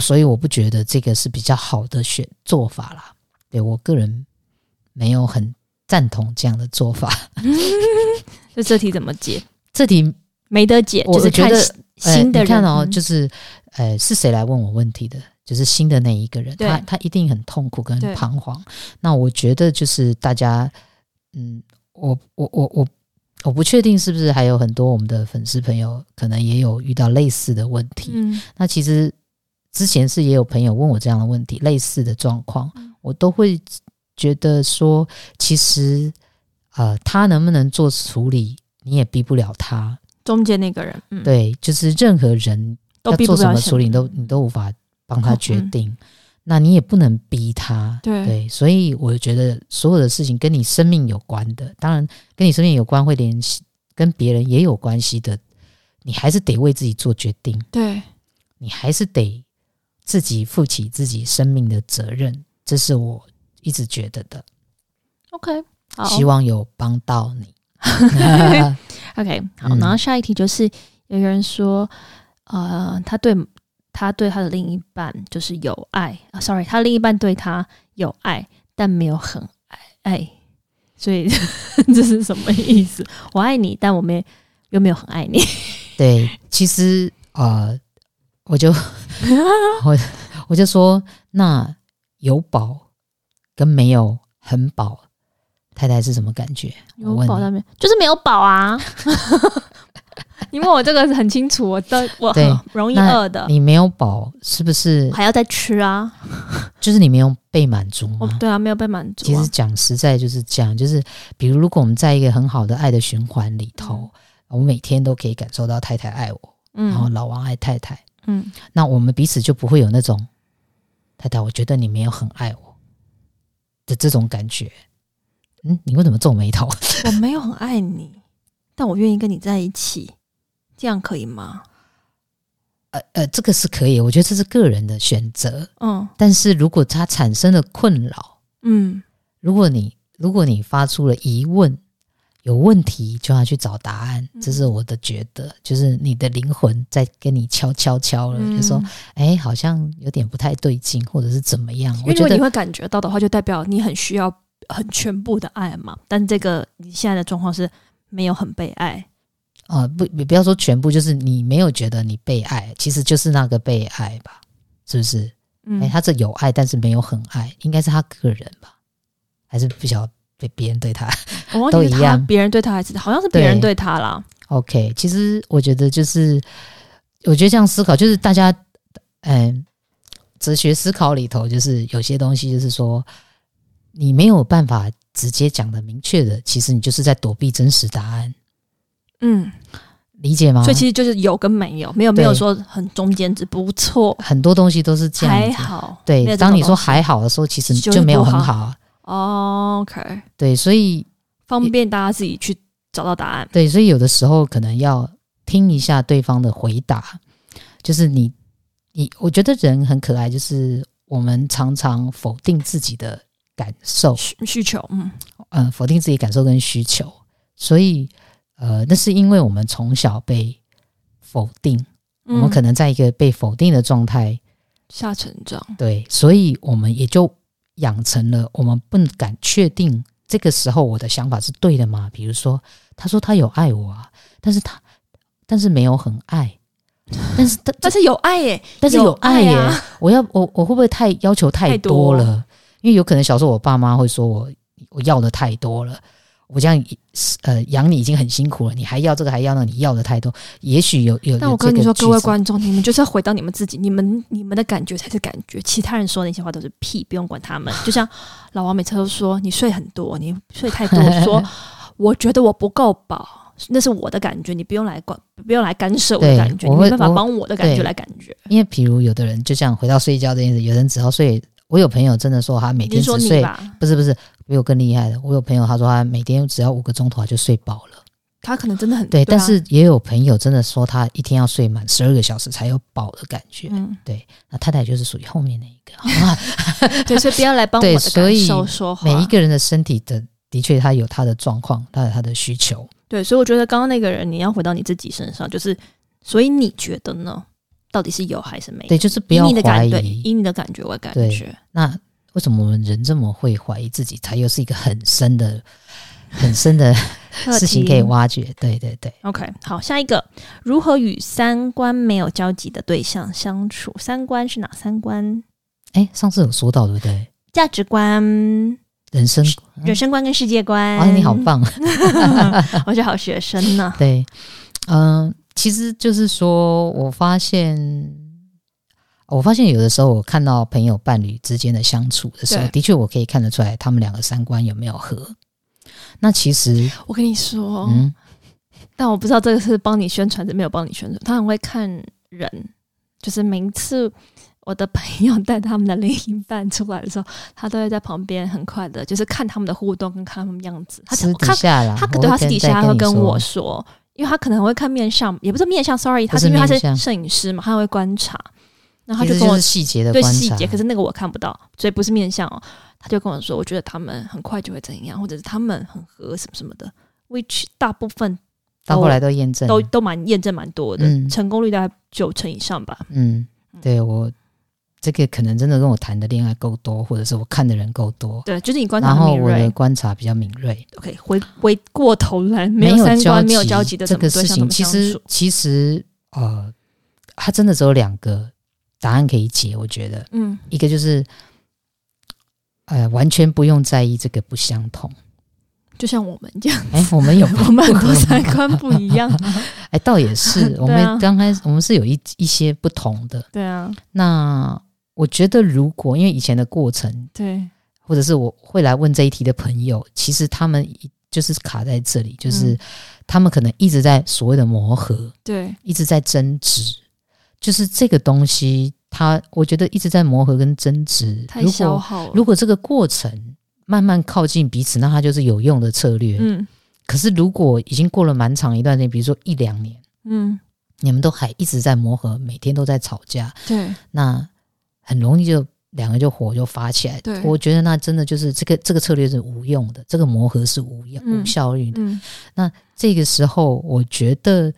[SPEAKER 1] 所以我不觉得这个是比较好的选做法啦。对我个人没有很赞同这样的做法。 [laughs]
[SPEAKER 2] 就这题怎么解？
[SPEAKER 1] 这题
[SPEAKER 2] 没得解，
[SPEAKER 1] 我
[SPEAKER 2] 就是
[SPEAKER 1] 觉
[SPEAKER 2] 看
[SPEAKER 1] 得
[SPEAKER 2] 新新的
[SPEAKER 1] 呃、
[SPEAKER 2] 人。
[SPEAKER 1] 你看哦，
[SPEAKER 2] 嗯
[SPEAKER 1] 就是呃，是谁来问我问题的？就是新的那一个人，
[SPEAKER 2] 对
[SPEAKER 1] 他他一定很痛苦跟
[SPEAKER 2] 对
[SPEAKER 1] 彷徨。那我觉得就是大家，嗯，我我我我我不确定是不是还有很多我们的粉丝朋友可能也有遇到类似的问题。
[SPEAKER 2] 嗯
[SPEAKER 1] 那其实之前是也有朋友问我这样的问题，类似的状况，
[SPEAKER 2] 嗯
[SPEAKER 1] 我都会觉得说，其实呃，他能不能做处理，你也逼不了他。
[SPEAKER 2] 中间那个人，嗯，，
[SPEAKER 1] 对，就是任何人
[SPEAKER 2] 都
[SPEAKER 1] 要
[SPEAKER 2] 逼不
[SPEAKER 1] 做什
[SPEAKER 2] 了
[SPEAKER 1] 么
[SPEAKER 2] 谁
[SPEAKER 1] 处理，你都你都无法帮他决
[SPEAKER 2] 嗯
[SPEAKER 1] 定，那你也不能逼他。
[SPEAKER 2] 对
[SPEAKER 1] 所以我觉得所有的事情跟你生命有关的，当然跟你生命有关会联系，跟别人也有关系的，你还是得为自己做决定，
[SPEAKER 2] 对
[SPEAKER 1] 你还是得自己负起自己生命的责任，这是我一直觉得的，
[SPEAKER 2] ，OK，好，
[SPEAKER 1] 希望有帮到
[SPEAKER 2] [laughs]
[SPEAKER 1] 你。
[SPEAKER 2] OK，好，
[SPEAKER 1] 嗯
[SPEAKER 2] 然后下一题就是有一个人说，呃，他对他对他的另一半就是有爱啊，sorry，他另一半对他有爱，但没有很爱爱，所以 [laughs] 这是什么意思？我爱你，但我没又没有很爱你。
[SPEAKER 1] 对，其实呃，我
[SPEAKER 2] [laughs]
[SPEAKER 1] 就我我就说，那有饱跟没有很饱，太太是什么感觉？
[SPEAKER 2] 有
[SPEAKER 1] 我问
[SPEAKER 2] 宝
[SPEAKER 1] 你
[SPEAKER 2] 上面就是没有宝 [laughs] 啊，因为我这个很清楚，我的我
[SPEAKER 1] 对
[SPEAKER 2] 很容易
[SPEAKER 1] 那
[SPEAKER 2] 饿的，
[SPEAKER 1] 你没有饱，是不是
[SPEAKER 2] 我还要再吃嗯啊，
[SPEAKER 1] 就是你没有被满足
[SPEAKER 2] 我
[SPEAKER 1] 吗？
[SPEAKER 2] 对啊，没有被满足、
[SPEAKER 1] 其
[SPEAKER 2] 啊
[SPEAKER 1] 实。讲实在就是这样，就是比如如果我们在一个很好的爱的循环里头，我每天都可以感受到太太爱我，然后
[SPEAKER 2] 嗯
[SPEAKER 1] 老王爱太太，
[SPEAKER 2] 嗯，
[SPEAKER 1] 那我们彼此就不会有那种太太，我觉得你没有很爱我的这种感觉。嗯，你为什么皱眉头？
[SPEAKER 2] [laughs] 我没有很爱你，但我愿意跟你在一起，这样可以吗？
[SPEAKER 1] 呃呃，这个是可以，我觉得这是个人的选择。
[SPEAKER 2] 嗯
[SPEAKER 1] 但是如果它产生了困扰，
[SPEAKER 2] 嗯，
[SPEAKER 1] 如果你如果你发出了疑问，有问题就要去找答案，
[SPEAKER 2] 嗯
[SPEAKER 1] 这是我的觉得，就是你的灵魂在跟你敲敲敲
[SPEAKER 2] 嗯
[SPEAKER 1] 了，就说哎、诶好像有点不太对劲，或者是怎么样？
[SPEAKER 2] 因
[SPEAKER 1] 我
[SPEAKER 2] 为如
[SPEAKER 1] 觉
[SPEAKER 2] 果你
[SPEAKER 1] 得
[SPEAKER 2] 会感觉到的话，就代表你很需要很全部的爱嘛。但这个你现在的状况是没有很被爱，
[SPEAKER 1] 呃，不，也不要说全部，就是你没有觉得你被爱，其实就是那个被爱吧，是不是？哎、
[SPEAKER 2] 嗯，
[SPEAKER 1] 他这有爱，但是没有很爱，应该是他个人吧，还是不晓得被别人对他
[SPEAKER 2] 我忘
[SPEAKER 1] 都
[SPEAKER 2] 记
[SPEAKER 1] 一
[SPEAKER 2] 是他
[SPEAKER 1] 样
[SPEAKER 2] 别人对他还是好像是别人
[SPEAKER 1] 对
[SPEAKER 2] 对他啦。
[SPEAKER 1] ？OK，其实我觉得就是，我觉得这样思考就是大家，嗯、哲学思考里头就是有些东西就是说，你没有办法直接讲的明确的，其实你就是在躲避真实答案，
[SPEAKER 2] 嗯，
[SPEAKER 1] 理解吗？
[SPEAKER 2] 所以其实就是有跟没有，没有没有
[SPEAKER 1] 对
[SPEAKER 2] 说很中间值，不错，
[SPEAKER 1] 很多东西都是这样
[SPEAKER 2] 还
[SPEAKER 1] 子。
[SPEAKER 2] 好。没
[SPEAKER 1] 对，
[SPEAKER 2] 有这种
[SPEAKER 1] 当你说
[SPEAKER 2] 东西
[SPEAKER 1] 还好的时候，其实
[SPEAKER 2] 就
[SPEAKER 1] 就是没有
[SPEAKER 2] 不
[SPEAKER 1] 很
[SPEAKER 2] 好
[SPEAKER 1] 好啊。
[SPEAKER 2] 哦，OK，
[SPEAKER 1] 对，所以
[SPEAKER 2] 方便大家自己去找到答案。
[SPEAKER 1] 对，所以有的时候可能要听一下对方的回答，就是你你，我觉得人很可爱，就是我们常常否定自己的感受，
[SPEAKER 2] 需需求，嗯
[SPEAKER 1] 嗯、否定自己感受跟需求，所以呃，那是因为我们从小被否定，我
[SPEAKER 2] 嗯，
[SPEAKER 1] 们可能在一个被否定的状态
[SPEAKER 2] 下成长，
[SPEAKER 1] 对，所以我们也就养成了我们不敢确定这个时候我的想法是对的吗？比如说，他说他有爱我啊，但是他但是没有很爱，但是他
[SPEAKER 2] [laughs] 但是有爱耶，
[SPEAKER 1] 但是
[SPEAKER 2] 有
[SPEAKER 1] 有爱耶，
[SPEAKER 2] 爱啊
[SPEAKER 1] 我要我我会不会太要求太
[SPEAKER 2] 太
[SPEAKER 1] 多
[SPEAKER 2] 多
[SPEAKER 1] 了？因为有可能小时候我爸妈会说我我要的太多了，我这样呃养你已经很辛苦了，你还要这个还要那个，你要的太多，也许有有。
[SPEAKER 2] 但
[SPEAKER 1] 有
[SPEAKER 2] 我
[SPEAKER 1] 这
[SPEAKER 2] 跟你
[SPEAKER 1] 个
[SPEAKER 2] 说，
[SPEAKER 1] 句
[SPEAKER 2] 各位
[SPEAKER 1] 子
[SPEAKER 2] 观众，你们就是要回到你们自己，你们你们的感觉才是感觉，其他人说那些话都是屁，不用管
[SPEAKER 1] [laughs]
[SPEAKER 2] 他们。就像老王每次都说你睡很多，你睡太多，我说 [laughs] 我觉得我不够饱，那是我的感觉，你不用来管，不用来干涉我的
[SPEAKER 1] 对
[SPEAKER 2] 感觉，
[SPEAKER 1] 我
[SPEAKER 2] 你
[SPEAKER 1] 会
[SPEAKER 2] 没办法
[SPEAKER 1] 我
[SPEAKER 2] 帮我的感觉
[SPEAKER 1] 对
[SPEAKER 2] 来感觉。
[SPEAKER 1] 因为比如有的人就像回到睡觉这件事，有人只要睡，我有朋友真的说他每
[SPEAKER 2] 你
[SPEAKER 1] 天
[SPEAKER 2] 是说
[SPEAKER 1] 只
[SPEAKER 2] 你
[SPEAKER 1] 睡，
[SPEAKER 2] 吧？
[SPEAKER 1] 不是不是，比我更厉害的，我有朋友他说他每天只要五个钟头他就睡饱了，
[SPEAKER 2] 他可能真的很
[SPEAKER 1] 对，
[SPEAKER 2] 嗯啊
[SPEAKER 1] 但是也有朋友真的说他一天要睡满十二个小时才有饱的感觉，
[SPEAKER 2] 嗯，
[SPEAKER 1] 那太太就是属于后面那一
[SPEAKER 2] [laughs]
[SPEAKER 1] 个，
[SPEAKER 2] 对，所以不要来帮
[SPEAKER 1] 嗯
[SPEAKER 2] 我
[SPEAKER 1] 对
[SPEAKER 2] 的
[SPEAKER 1] 所
[SPEAKER 2] 感
[SPEAKER 1] 以
[SPEAKER 2] 受说话。
[SPEAKER 1] 每一个人的身体的的确他有他的状况，他有他的需求，
[SPEAKER 2] 对，所以我觉得刚刚那个人，你要回到你自己身上，就是，所以你觉得呢？到底是有还是没有？
[SPEAKER 1] 对，就是不
[SPEAKER 2] 以
[SPEAKER 1] 要
[SPEAKER 2] 你的
[SPEAKER 1] 怀
[SPEAKER 2] 感对，
[SPEAKER 1] 疑。
[SPEAKER 2] 以你的感觉为感
[SPEAKER 1] 对
[SPEAKER 2] 觉，
[SPEAKER 1] 那为什么我们人这么会怀疑自己，才又是一个很深的、很深
[SPEAKER 2] [laughs]
[SPEAKER 1] 的
[SPEAKER 2] 课
[SPEAKER 1] 事情
[SPEAKER 2] 题
[SPEAKER 1] 可以挖掘？对对对。
[SPEAKER 2] OK，好，下一个，如何与三观没有交集的对象相处？三观是哪三观？
[SPEAKER 1] 哎，上次有说到对不对？
[SPEAKER 2] 价值观、
[SPEAKER 1] 人生
[SPEAKER 2] 人生观跟世界
[SPEAKER 1] 嗯
[SPEAKER 2] 观。
[SPEAKER 1] 啊，你好！棒！
[SPEAKER 2] [laughs]
[SPEAKER 1] [laughs]
[SPEAKER 2] 我是好学生呢、
[SPEAKER 1] 对，嗯、其实就是说我发现，我发现有的时候我看到朋友伴侣之间的相处的时候，
[SPEAKER 2] 对
[SPEAKER 1] 的确我可以看得出来他们两个三观有没有合。那其实，
[SPEAKER 2] 我跟你说，
[SPEAKER 1] 嗯，
[SPEAKER 2] 但我不知道这个是帮你宣传，还是没有帮你宣传。他很会看人，就是每一次我的朋友带他们的另一半出来的时候，他都会在旁边很快的，就是看他们的互动跟看他们样子。他
[SPEAKER 1] 私
[SPEAKER 2] 他
[SPEAKER 1] 底下啦，
[SPEAKER 2] 他
[SPEAKER 1] 我
[SPEAKER 2] 对他私
[SPEAKER 1] 跟
[SPEAKER 2] 底
[SPEAKER 1] 再
[SPEAKER 2] 下会
[SPEAKER 1] 跟
[SPEAKER 2] 跟
[SPEAKER 1] 你
[SPEAKER 2] 我说，因为他可能会看面相，也不是面相，sorry，他
[SPEAKER 1] 不是
[SPEAKER 2] 因为他
[SPEAKER 1] 面
[SPEAKER 2] 是
[SPEAKER 1] 相
[SPEAKER 2] 摄影师嘛，他会观察，然后
[SPEAKER 1] 其
[SPEAKER 2] 他就
[SPEAKER 1] 实
[SPEAKER 2] 跟
[SPEAKER 1] 就
[SPEAKER 2] 我
[SPEAKER 1] 是细节的
[SPEAKER 2] 对
[SPEAKER 1] 观
[SPEAKER 2] 细
[SPEAKER 1] 察，
[SPEAKER 2] 节，可是那个我看不到，所以不是面相哦。他就跟我说，我觉得他们很快就会怎样，或者是他们很合什么什么的，which 大部分
[SPEAKER 1] 到后来都验证了
[SPEAKER 2] 都都蛮验证蛮多的，
[SPEAKER 1] 嗯
[SPEAKER 2] 成功率大概九成以上吧。
[SPEAKER 1] 嗯，对我这个可能真的跟我谈的恋爱够多，或者是我看的人够多，
[SPEAKER 2] 对，就是你观察
[SPEAKER 1] 然后
[SPEAKER 2] 很敏
[SPEAKER 1] 我的
[SPEAKER 2] 锐。
[SPEAKER 1] 观察比较敏锐，
[SPEAKER 2] OK，回回过头来，没
[SPEAKER 1] 有
[SPEAKER 2] 三
[SPEAKER 1] 交
[SPEAKER 2] 观，
[SPEAKER 1] 集
[SPEAKER 2] 没有交集的
[SPEAKER 1] 这
[SPEAKER 2] 怎么
[SPEAKER 1] 个
[SPEAKER 2] 对
[SPEAKER 1] 事
[SPEAKER 2] 象怎
[SPEAKER 1] 情，
[SPEAKER 2] 么
[SPEAKER 1] 其
[SPEAKER 2] 相
[SPEAKER 1] 实
[SPEAKER 2] 处？
[SPEAKER 1] 其实呃，它真的只有两个答案可以解，我觉得
[SPEAKER 2] 嗯，
[SPEAKER 1] 一个就是呃，完全不用在意这个不相同。
[SPEAKER 2] 就像我们这样，
[SPEAKER 1] 哎、我们有
[SPEAKER 2] [laughs] 我们很
[SPEAKER 1] 不
[SPEAKER 2] 多
[SPEAKER 1] [laughs] 合
[SPEAKER 2] 三
[SPEAKER 1] 吗
[SPEAKER 2] 观不一样。
[SPEAKER 1] 哎、倒也
[SPEAKER 2] [laughs]
[SPEAKER 1] 是，我
[SPEAKER 2] 对
[SPEAKER 1] 们
[SPEAKER 2] 啊
[SPEAKER 1] 刚开始我们是有一一些不同的。
[SPEAKER 2] 对啊，
[SPEAKER 1] 那我觉得，如果因为以前的过程，
[SPEAKER 2] 对，
[SPEAKER 1] 或者是我会来问这一题的朋友，其实他们一就是卡在这里，就是
[SPEAKER 2] 嗯
[SPEAKER 1] 他们可能一直在所谓的磨合。
[SPEAKER 2] 对，
[SPEAKER 1] 一直在争执，就是这个东西，它我觉得一直在磨合跟争执。
[SPEAKER 2] 太
[SPEAKER 1] 如
[SPEAKER 2] 消
[SPEAKER 1] 果
[SPEAKER 2] 耗了。
[SPEAKER 1] 如果这个过程慢慢靠近彼此，那它就是有用的策略。
[SPEAKER 2] 嗯
[SPEAKER 1] 可是如果已经过了蛮长一段时间，比如说一两年，
[SPEAKER 2] 嗯，
[SPEAKER 1] 你们都还一直在磨合，每天都在吵架，
[SPEAKER 2] 对
[SPEAKER 1] 那很容易就两个就火就发起来。
[SPEAKER 2] 对
[SPEAKER 1] 我觉得那真的就是这个这个策略是无用的，这个磨合是无用、
[SPEAKER 2] 嗯
[SPEAKER 1] 无效率的。
[SPEAKER 2] 嗯
[SPEAKER 1] 这个时候，我觉得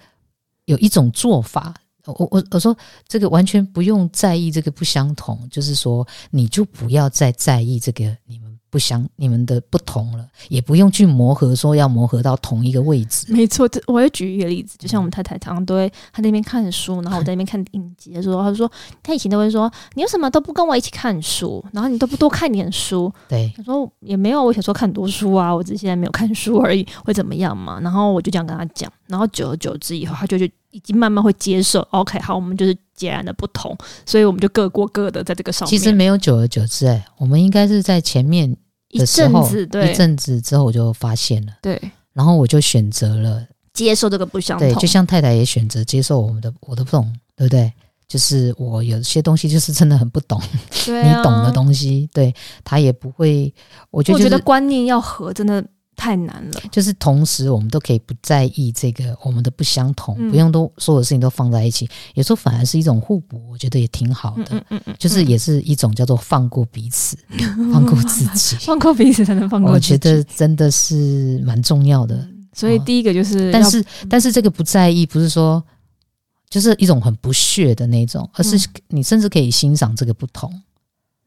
[SPEAKER 1] 有一种做法，我我我说这个完全不用在意这个不相同，就是说你就不要再在意这个你们不相你们的不同了，也不用去磨合，说要磨合到同一个位置。
[SPEAKER 2] 没错，这我也举一个例子，就像我们太太常常都会，她在那边看书， [laughs] 然后我在那边看影集的时候，她就说，她以前都会说，你为什么都不跟我一起看书，然后你都不多看点书？
[SPEAKER 1] 对，
[SPEAKER 2] 她说也没有，我小时候看很多书啊，我只是现在没有看书而已，会怎么样嘛？然后我就这样跟她讲，然后久而久之以后，她就就已经慢慢会接受，OK，好，我们就是截然的不同，所以我们就各过各的，在这个上面，
[SPEAKER 1] 其实没有久而久之、哎，我们应该是在前面
[SPEAKER 2] 一
[SPEAKER 1] 的时
[SPEAKER 2] 阵
[SPEAKER 1] 候
[SPEAKER 2] 子，
[SPEAKER 1] 一
[SPEAKER 2] 对
[SPEAKER 1] 阵子之后，我就发现了，
[SPEAKER 2] 对，
[SPEAKER 1] 然后我就选择了，
[SPEAKER 2] 接受这个不相
[SPEAKER 1] 对，
[SPEAKER 2] 同
[SPEAKER 1] 就，像太太也选择接受我们的我的不同，对不对？就是我有些东西就是真的很不懂。
[SPEAKER 2] 对
[SPEAKER 1] 你
[SPEAKER 2] 啊
[SPEAKER 1] 懂的东西，对他也不会。我觉
[SPEAKER 2] 我
[SPEAKER 1] 得就
[SPEAKER 2] 觉得
[SPEAKER 1] 是
[SPEAKER 2] 观念要合真的太难了。
[SPEAKER 1] 就是同时，我们都可以不在意这个我们的不相同，
[SPEAKER 2] 嗯
[SPEAKER 1] 不用都所有事情都放在一起。有时候反而是一种互补，我觉得也挺好的，
[SPEAKER 2] 嗯嗯嗯，
[SPEAKER 1] 就是也是一种叫做放过彼此，
[SPEAKER 2] [laughs]
[SPEAKER 1] 放过自己。
[SPEAKER 2] 放过彼此才能放过
[SPEAKER 1] 我
[SPEAKER 2] 自己。
[SPEAKER 1] 觉得真的是蛮重要的，哦
[SPEAKER 2] 嗯，所以第一个就是要，
[SPEAKER 1] 但是但是这个不在意，不是说就是一种很不屑的那种，而是你甚至可以欣赏这个不同，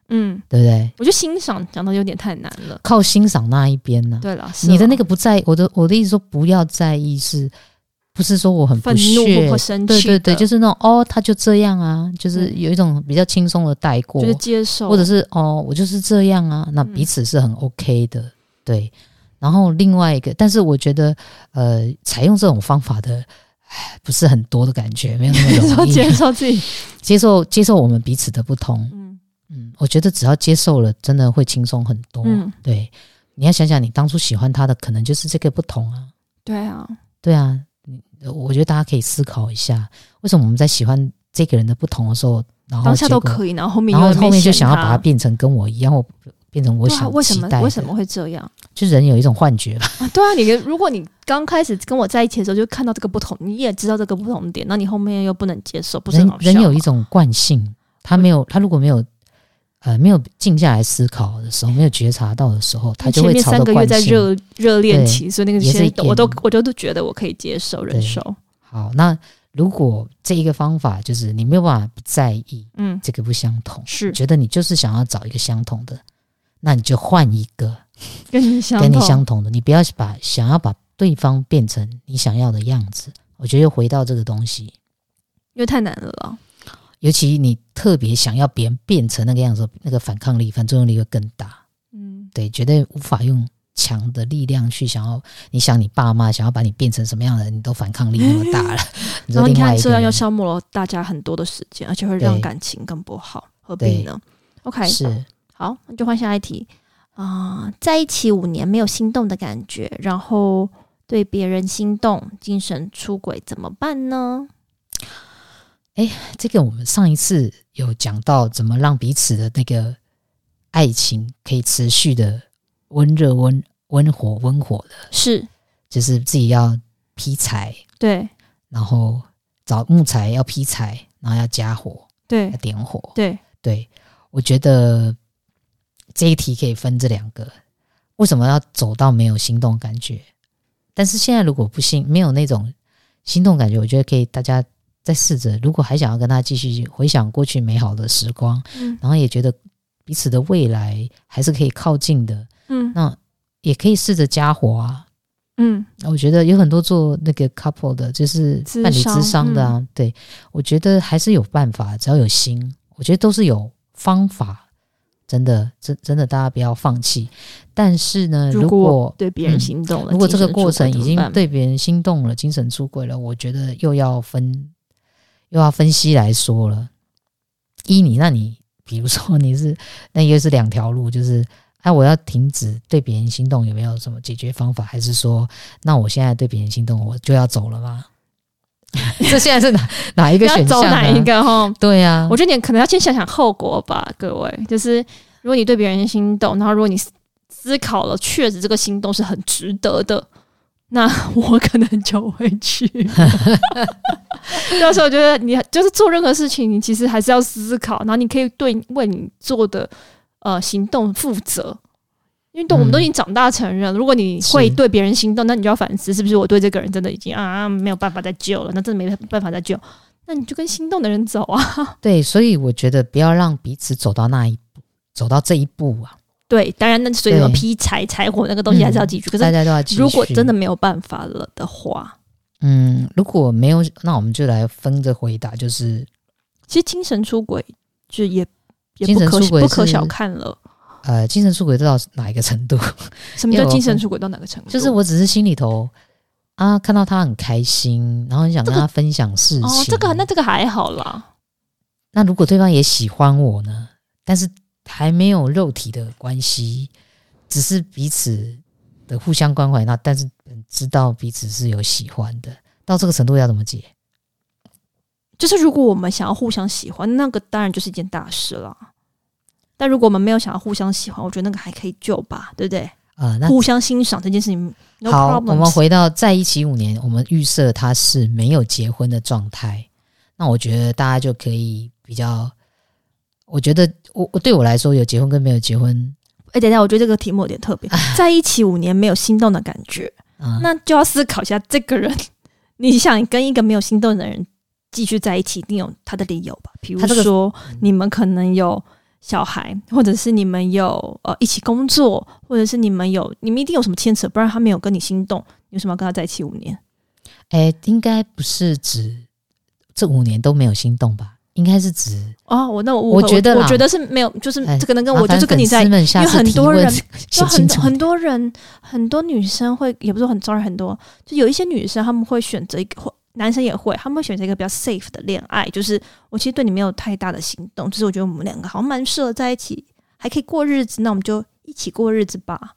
[SPEAKER 2] 嗯，
[SPEAKER 1] 对不对？
[SPEAKER 2] 我觉得欣赏讲到有点太难了。
[SPEAKER 1] 靠欣赏那一边呢、
[SPEAKER 2] 对了，是
[SPEAKER 1] 哦
[SPEAKER 2] 哦
[SPEAKER 1] 你的
[SPEAKER 2] 啦
[SPEAKER 1] 那个不在，我的我的意思说不要在意是，不是说我很
[SPEAKER 2] 愤
[SPEAKER 1] 不屑
[SPEAKER 2] 怒或？生
[SPEAKER 1] 对
[SPEAKER 2] 气
[SPEAKER 1] 对
[SPEAKER 2] 的，
[SPEAKER 1] 对，就是是那种哦，他就这样啊，就是
[SPEAKER 2] 嗯
[SPEAKER 1] 有一种比较轻松的带过，
[SPEAKER 2] 就是接受，
[SPEAKER 1] 或者是哦，我就是这样啊，那
[SPEAKER 2] 嗯
[SPEAKER 1] 彼此是很 OK 的，对。然后另外一个，但是我觉得，呃，采用这种方法的，唉，不是很多的感觉，没有
[SPEAKER 2] [laughs]
[SPEAKER 1] 那么
[SPEAKER 2] 说
[SPEAKER 1] 容易
[SPEAKER 2] 接受自己，
[SPEAKER 1] 接受接受我们彼此的不同。
[SPEAKER 2] 嗯
[SPEAKER 1] 嗯，我觉得只要接受了，真的会轻松很多。
[SPEAKER 2] 嗯，
[SPEAKER 1] 对，你要想想，你当初喜欢他的，可能就是这个不同啊。
[SPEAKER 2] 对啊，
[SPEAKER 1] 对啊，嗯我觉得大家可以思考一下，为什么我们在喜欢这个人的不同的时候，然后
[SPEAKER 2] 当下都
[SPEAKER 1] 结果
[SPEAKER 2] 可以，然后后面
[SPEAKER 1] 然后
[SPEAKER 2] 有人
[SPEAKER 1] 后面就
[SPEAKER 2] 嫌
[SPEAKER 1] 想要把它
[SPEAKER 2] 他
[SPEAKER 1] 变成跟我一样，或变成我
[SPEAKER 2] 对啊，
[SPEAKER 1] 想
[SPEAKER 2] 为什
[SPEAKER 1] 期
[SPEAKER 2] 么
[SPEAKER 1] 待
[SPEAKER 2] 为
[SPEAKER 1] 的
[SPEAKER 2] 什么会这样
[SPEAKER 1] 就人有一种幻觉吧。
[SPEAKER 2] 啊？对啊，你如果你刚开始跟我在一起的时候就看到这个不同，你也知道这个不同点，那你后面又不能接受，不是很
[SPEAKER 1] 人
[SPEAKER 2] 好
[SPEAKER 1] 人
[SPEAKER 2] 笑
[SPEAKER 1] 有一
[SPEAKER 2] 吗
[SPEAKER 1] 种惯性，他没有他如果没有呃没有静下来思考的时候，没有觉察到的时候，他就
[SPEAKER 2] 前
[SPEAKER 1] 会
[SPEAKER 2] 面
[SPEAKER 1] 朝
[SPEAKER 2] 三
[SPEAKER 1] 着
[SPEAKER 2] 个月
[SPEAKER 1] 惯
[SPEAKER 2] 在
[SPEAKER 1] 性。
[SPEAKER 2] 热热恋
[SPEAKER 1] 对
[SPEAKER 2] 期，所以那个
[SPEAKER 1] 也是
[SPEAKER 2] 现
[SPEAKER 1] 一
[SPEAKER 2] 在我
[SPEAKER 1] 点
[SPEAKER 2] 都我就都觉得我可以接受忍
[SPEAKER 1] 对
[SPEAKER 2] 受，
[SPEAKER 1] 好，那如果这一个方法就是你没有办法不在意
[SPEAKER 2] 嗯，
[SPEAKER 1] 这个不相同，
[SPEAKER 2] 是
[SPEAKER 1] 觉得你就是想要找一个相同的，那你就换一个
[SPEAKER 2] 跟你相
[SPEAKER 1] 跟你
[SPEAKER 2] 同
[SPEAKER 1] 相同的，你不要把想要把对方变成你想要的样子。我觉得又回到这个东西，
[SPEAKER 2] 因为太难了啦，
[SPEAKER 1] 尤其你特别想要别人变成那个样子的时候，那个反抗力、反作用力会更大。
[SPEAKER 2] 嗯，
[SPEAKER 1] 对，绝对无法用强的力量去想要，你想你爸妈想要把你变成什么样的人，你都反抗力那么大
[SPEAKER 2] [laughs]
[SPEAKER 1] 了。你
[SPEAKER 2] 然
[SPEAKER 1] 说
[SPEAKER 2] 后你
[SPEAKER 1] 另外
[SPEAKER 2] 看
[SPEAKER 1] 一
[SPEAKER 2] 这
[SPEAKER 1] 个
[SPEAKER 2] 样又
[SPEAKER 1] 人
[SPEAKER 2] 消磨了大家很多的时间，而且会让
[SPEAKER 1] 对
[SPEAKER 2] 感情更不好，何
[SPEAKER 1] 对
[SPEAKER 2] 必呢？OK，
[SPEAKER 1] 是
[SPEAKER 2] 好，那就换下一题啊、在一起五年没有心动的感觉，然后对别人心动，精神出轨怎么办呢？
[SPEAKER 1] 这个，我们上一次有讲到怎么让彼此的那个爱情可以持续的温热温温火温火的，
[SPEAKER 2] 是
[SPEAKER 1] 就是自己要劈柴，
[SPEAKER 2] 对
[SPEAKER 1] 然后找木材要劈柴，然后要加火
[SPEAKER 2] 对
[SPEAKER 1] 要点火，
[SPEAKER 2] 对，
[SPEAKER 1] 对，我觉得这一题可以分这两个。为什么要走到没有心动感觉？但是现在如果不信，没有那种心动感觉，我觉得可以大家再试着，如果还想要跟他继续回想过去美好的时光，
[SPEAKER 2] 嗯
[SPEAKER 1] 然后也觉得彼此的未来还是可以靠近的，
[SPEAKER 2] 嗯
[SPEAKER 1] 那也可以试着加火啊。
[SPEAKER 2] 嗯，
[SPEAKER 1] 我觉得有很多做那个 couple 的，就是
[SPEAKER 2] 咨
[SPEAKER 1] 伴侣
[SPEAKER 2] 商
[SPEAKER 1] 智商的啊，对我觉得还是有办法，只要有心，我觉得都是有方法。真的，真真的，大家不要放弃。但是呢，如果
[SPEAKER 2] 对别人
[SPEAKER 1] 嗯
[SPEAKER 2] 心动了，
[SPEAKER 1] 如果这
[SPEAKER 2] 精
[SPEAKER 1] 个
[SPEAKER 2] 神出
[SPEAKER 1] 过
[SPEAKER 2] 轨
[SPEAKER 1] 程
[SPEAKER 2] 怎
[SPEAKER 1] 已
[SPEAKER 2] 么
[SPEAKER 1] 经
[SPEAKER 2] 办
[SPEAKER 1] 对别人心动了、精神出轨了，我觉得又要分又要分析来说了。依你，那你比如说你是 [laughs] 那又是两条路，就是哎、我要停止对别人心动，有没有什么解决方法？还是说，那我现在对别人心动，我就要走了吗？ [laughs] 这现在是哪哪一个
[SPEAKER 2] 要
[SPEAKER 1] 选项、
[SPEAKER 2] 走
[SPEAKER 1] 啊？
[SPEAKER 2] 哪一？个哦哈？
[SPEAKER 1] 对呀、啊
[SPEAKER 2] 我，觉得你可能要先想想后果吧，各位。就是如果你对别人心动，然后如果你思思考了，确实这个心动是很值得的，那 [laughs] 我可能就会去。 [laughs] 到时候我觉得你就是做任何事情，你其实还是要思考，然后你可以对为你做的呃行动负责。因为都我们都已经长大成人了，如果你
[SPEAKER 1] 是
[SPEAKER 2] 会对别人心动，那你就要反思，是不是我对这个人真的已经啊没有办法再救了？那真的没办法再救，那你就跟心动的人走啊。
[SPEAKER 1] 对，所以我觉得不要让彼此走到那一步，走到这一步啊，
[SPEAKER 2] 对，当然那所以什么
[SPEAKER 1] 对
[SPEAKER 2] 劈柴、柴火那个东西还是要记住。可
[SPEAKER 1] 大
[SPEAKER 2] 是
[SPEAKER 1] 家都要继续。
[SPEAKER 2] 如果真的没有办法了的话，
[SPEAKER 1] 嗯，如果没有，那我们就来分着回答，就是
[SPEAKER 2] 其实精神出轨就也也
[SPEAKER 1] 精
[SPEAKER 2] 不
[SPEAKER 1] 神
[SPEAKER 2] 可
[SPEAKER 1] 出轨
[SPEAKER 2] 不可
[SPEAKER 1] 是
[SPEAKER 2] 小看了。
[SPEAKER 1] 呃，精神出轨到哪一个程度？
[SPEAKER 2] [laughs] 什么
[SPEAKER 1] 因为
[SPEAKER 2] 叫
[SPEAKER 1] 我
[SPEAKER 2] 精神
[SPEAKER 1] 分
[SPEAKER 2] 出轨到哪个程度？
[SPEAKER 1] 就是我只是心里头啊，看到他很开心，然后很想欸跟
[SPEAKER 2] 这
[SPEAKER 1] 他
[SPEAKER 2] 个
[SPEAKER 1] 分享事情。
[SPEAKER 2] 哦，这个那这个还好啦，
[SPEAKER 1] 那如果对方也喜欢我呢？但是还没有肉体的关系，只是彼此的互相关怀，那但是知道彼此是有喜欢的，到这个程度要怎么解？
[SPEAKER 2] 就是如果我们想要互相喜欢，那个当然就是一件大事啦。但如果我们没有想要互相喜欢，我觉得那个还可以救吧，对不对？
[SPEAKER 1] 啊、那
[SPEAKER 2] 互相欣赏这件事情，no
[SPEAKER 1] 好，我们
[SPEAKER 2] problems
[SPEAKER 1] 回到在一起五年，我们预设他是没有结婚的状态，那我觉得大家就可以比较，我觉得我我对我来说，有结婚跟没有结婚，
[SPEAKER 2] 哎、等一下，我觉得这个题目有点特
[SPEAKER 1] [laughs]
[SPEAKER 2] 别，在一起五年没有心动的感觉，
[SPEAKER 1] 啊、
[SPEAKER 2] [laughs] 那就要思考一下这个人，你想跟一个没有心动的人继续在一起，一定有他的嗯理由吧？比如
[SPEAKER 1] 他这个
[SPEAKER 2] 说，你们可能有小孩，或者是你们有呃一起工作，或者是你们有你们一定有什么牵扯，不然他没有跟你心动，你为什么要跟他在一起五年？
[SPEAKER 1] 哎，应该不是指这五年都没有心动吧？应该是指，
[SPEAKER 2] 哦，我那我误
[SPEAKER 1] 我
[SPEAKER 2] 会
[SPEAKER 1] 觉得
[SPEAKER 2] 我
[SPEAKER 1] 啦
[SPEAKER 2] 觉得是没有，就是
[SPEAKER 1] 哎
[SPEAKER 2] 这可能跟
[SPEAKER 1] 麻
[SPEAKER 2] 我就
[SPEAKER 1] 烦
[SPEAKER 2] 是跟
[SPEAKER 1] 粉
[SPEAKER 2] 你在
[SPEAKER 1] 丝们下
[SPEAKER 2] 因为
[SPEAKER 1] 次
[SPEAKER 2] 很
[SPEAKER 1] 提
[SPEAKER 2] 多
[SPEAKER 1] 问
[SPEAKER 2] 人
[SPEAKER 1] 写
[SPEAKER 2] 就
[SPEAKER 1] 清
[SPEAKER 2] 很
[SPEAKER 1] 楚
[SPEAKER 2] 很多人，很多女生会，也不是说很 sorry，很多就有一些女生，她们会选择一个，或男生也会，他们会选择一个比较 safe 的恋爱，就是我其实对你没有太大的心动，就是我觉得我们两个好像蛮适合在一起，还可以过日子，那我们就一起过日子吧。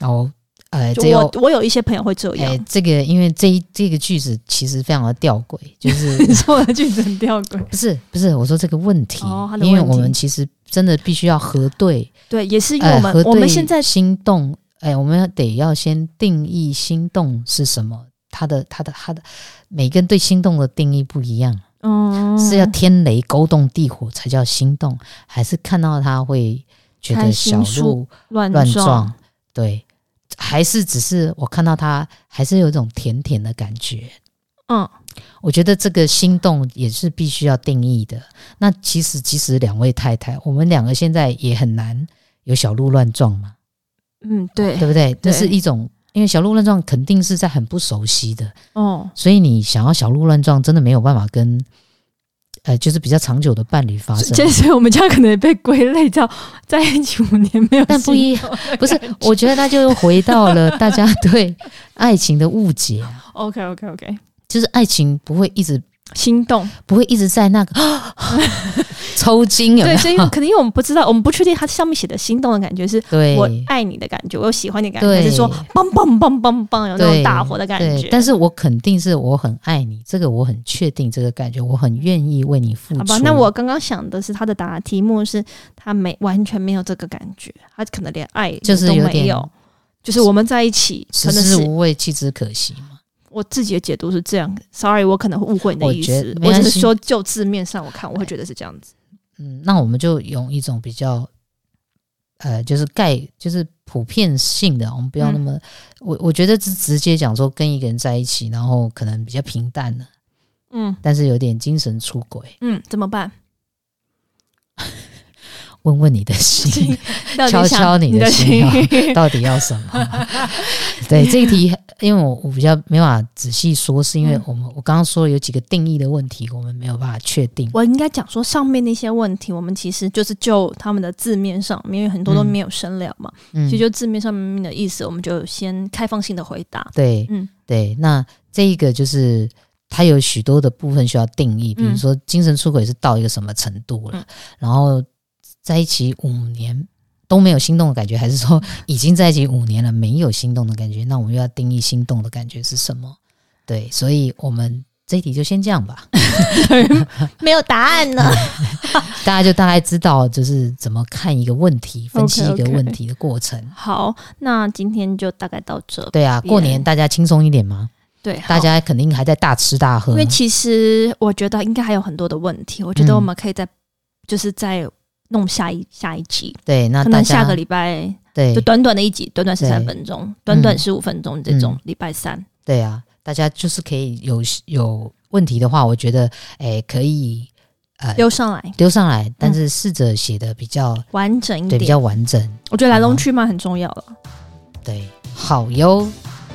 [SPEAKER 1] 哦，呃，
[SPEAKER 2] 就
[SPEAKER 1] 这
[SPEAKER 2] 我
[SPEAKER 1] 又
[SPEAKER 2] 我有一些朋友会这样
[SPEAKER 1] 哎，，
[SPEAKER 2] [laughs]
[SPEAKER 1] 这个因为这一这个句子其实非常的吊诡，就是
[SPEAKER 2] [laughs] 你说我的句子很吊诡，
[SPEAKER 1] 不是不是，我说这个问题，
[SPEAKER 2] 哦他的
[SPEAKER 1] 因为
[SPEAKER 2] 问
[SPEAKER 1] 我
[SPEAKER 2] 题
[SPEAKER 1] 们其实真的必须要核对，
[SPEAKER 2] 对，也是因为
[SPEAKER 1] 呃，
[SPEAKER 2] 我们、
[SPEAKER 1] 核
[SPEAKER 2] 我们
[SPEAKER 1] 对
[SPEAKER 2] 现在
[SPEAKER 1] 心动，哎，我们得要先定义心动是什么。他的他的他的，每个人对心动的定义不一样，
[SPEAKER 2] 嗯
[SPEAKER 1] 是要天雷勾动地火才叫心动，还是看到他会觉
[SPEAKER 2] 开
[SPEAKER 1] 得
[SPEAKER 2] 心
[SPEAKER 1] 小
[SPEAKER 2] 树
[SPEAKER 1] 鹿
[SPEAKER 2] 乱
[SPEAKER 1] 乱
[SPEAKER 2] 撞，
[SPEAKER 1] 撞？对，还是只是我看到他，还是有一种甜甜的感觉。
[SPEAKER 2] 嗯，
[SPEAKER 1] 我觉得这个心动也是必须要定义的。那其实，即使两位太太，我们两个现在也很难有小鹿乱撞嘛，
[SPEAKER 2] 嗯，对，
[SPEAKER 1] 对不对？这
[SPEAKER 2] 对
[SPEAKER 1] 是一种，因为小鹿乱撞肯定是在很不熟悉的，
[SPEAKER 2] 哦，
[SPEAKER 1] 所以你想要小鹿乱撞，真的没有办法跟，呃，就是比较长久的伴侣发生。
[SPEAKER 2] 所以所以我们家可能也被归类叫在一起五年没有心动的感觉，
[SPEAKER 1] 但不一 [laughs] 不是，我觉得那就又回到
[SPEAKER 2] [laughs]
[SPEAKER 1] 了大家对爱情的误解啊，
[SPEAKER 2] OK OK OK，
[SPEAKER 1] 就是爱情不会一直
[SPEAKER 2] 心动。
[SPEAKER 1] 不会一直在那个
[SPEAKER 2] [laughs]
[SPEAKER 1] 抽筋，有没
[SPEAKER 2] 对，
[SPEAKER 1] 有？
[SPEAKER 2] 所以可能因为我们不知道，我们不确定它上面写的心动的感觉是
[SPEAKER 1] 对，
[SPEAKER 2] 我爱你的感觉，我有喜欢你的感觉，
[SPEAKER 1] 对
[SPEAKER 2] 还是说棒棒棒棒棒有那种
[SPEAKER 1] 对
[SPEAKER 2] 大火的感
[SPEAKER 1] 对
[SPEAKER 2] 觉，？
[SPEAKER 1] 但
[SPEAKER 2] 是
[SPEAKER 1] 是我肯定是我很爱你，这个我很确定，这个感觉我很愿意为你付出。
[SPEAKER 2] 好吧，那我刚刚想的是他的答题目是他没完全没有这个感觉，他可能连爱
[SPEAKER 1] 就是
[SPEAKER 2] 都
[SPEAKER 1] 有
[SPEAKER 2] 没
[SPEAKER 1] 点
[SPEAKER 2] 有，就是我们在一起
[SPEAKER 1] 食
[SPEAKER 2] 可能
[SPEAKER 1] 之
[SPEAKER 2] 是。
[SPEAKER 1] 无味，弃之可惜嘛。
[SPEAKER 2] 我自己的解读是这样，sorry，我可能会误会你的
[SPEAKER 1] 我
[SPEAKER 2] 意
[SPEAKER 1] 觉
[SPEAKER 2] 思
[SPEAKER 1] 得，没
[SPEAKER 2] 我只
[SPEAKER 1] 关
[SPEAKER 2] 是
[SPEAKER 1] 系
[SPEAKER 2] 说就字面上我看，我会觉得是这样子。
[SPEAKER 1] 嗯，那我们就用一种比较，呃，就是概，就是普遍性的，我们不
[SPEAKER 2] 嗯
[SPEAKER 1] 要那么，我我觉得是直接讲说跟一个人在一起，然后可能比较平淡的，
[SPEAKER 2] 嗯
[SPEAKER 1] 但是有点精神出轨。
[SPEAKER 2] 嗯，怎么办？
[SPEAKER 1] 问问你的心，
[SPEAKER 2] 到底
[SPEAKER 1] 敲
[SPEAKER 2] 想
[SPEAKER 1] 敲你
[SPEAKER 2] 你
[SPEAKER 1] 的
[SPEAKER 2] 心
[SPEAKER 1] 心啊， [laughs]
[SPEAKER 2] [laughs]
[SPEAKER 1] 到底要什么？ [laughs] 对这一题，因为我我比较没办法仔细说，是因为
[SPEAKER 2] 嗯
[SPEAKER 1] 我们、我刚刚说有几个定义的问题，我们没有办法确定。
[SPEAKER 2] 我应该讲说，上面那些问题，我们其实就是就他们的字面上面，因为很多都
[SPEAKER 1] 嗯
[SPEAKER 2] 没有深聊嘛，
[SPEAKER 1] 嗯
[SPEAKER 2] 其实就字面上面的意思，我们就先开放性的回答。
[SPEAKER 1] 对，
[SPEAKER 2] 嗯
[SPEAKER 1] 对，那这一个就是它有许多的部分需要定义，比
[SPEAKER 2] 嗯
[SPEAKER 1] 如说精神出轨是到一个什么程度了，
[SPEAKER 2] 嗯
[SPEAKER 1] 然后在一起五年都没有心动的感觉，还是说 [laughs] 已经在一起五年了没有心动的感觉？那我们又要定义心动的感觉是什么？对，所以我们这一题就先这样吧， [laughs]
[SPEAKER 2] 没有答案呢。
[SPEAKER 1] 大家就大概知道就是怎么看一个问题，分析一
[SPEAKER 2] OK，OK
[SPEAKER 1] 个问题的过程。
[SPEAKER 2] 好，那今天就大概到这。
[SPEAKER 1] 对啊，过年大家轻松一点嘛，
[SPEAKER 2] 对，好
[SPEAKER 1] 大。家嗯肯定还在大吃大喝
[SPEAKER 2] 因，为其实我觉得应该还有很多的问题，我觉得
[SPEAKER 1] 嗯
[SPEAKER 2] 我们可以再、就是再弄下一下一集，
[SPEAKER 1] 对，那
[SPEAKER 2] 可
[SPEAKER 1] 大
[SPEAKER 2] 能
[SPEAKER 1] 家
[SPEAKER 2] 下个礼拜
[SPEAKER 1] 对
[SPEAKER 2] 就短短的一集，短短十三
[SPEAKER 1] 对
[SPEAKER 2] 分钟，短短
[SPEAKER 1] 嗯
[SPEAKER 2] 十五分钟这种
[SPEAKER 1] 嗯，
[SPEAKER 2] 礼、拜三。
[SPEAKER 1] 对啊，大家就是可以有有问题的话，我觉得诶可以呃
[SPEAKER 2] 丢上来
[SPEAKER 1] 丢上来，
[SPEAKER 2] 嗯
[SPEAKER 1] 但是试着写的比较、
[SPEAKER 2] 完整一
[SPEAKER 1] 对
[SPEAKER 2] 点，
[SPEAKER 1] 比较完整，
[SPEAKER 2] 我觉得来龙去脉很重要了。
[SPEAKER 1] 对，好哟。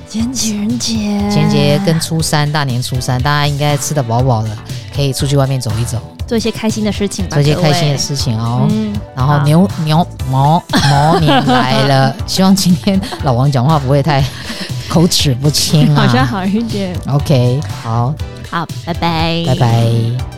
[SPEAKER 2] 今天情人节，
[SPEAKER 1] 情人节跟初三大年初三，大家应该吃得饱饱的，可以出去外面走一走，
[SPEAKER 2] 做一些开心的事情吧，
[SPEAKER 1] 做一些
[SPEAKER 2] 各位
[SPEAKER 1] 开心的事情哦。
[SPEAKER 2] 嗯，
[SPEAKER 1] 然后
[SPEAKER 2] 好
[SPEAKER 1] 牛牛毛毛年来了， [laughs] 希望今天老王讲话不会太 [laughs] 口齿不清啊。
[SPEAKER 2] 好像好一点。
[SPEAKER 1] OK，好，
[SPEAKER 2] 好，拜拜，
[SPEAKER 1] 拜拜。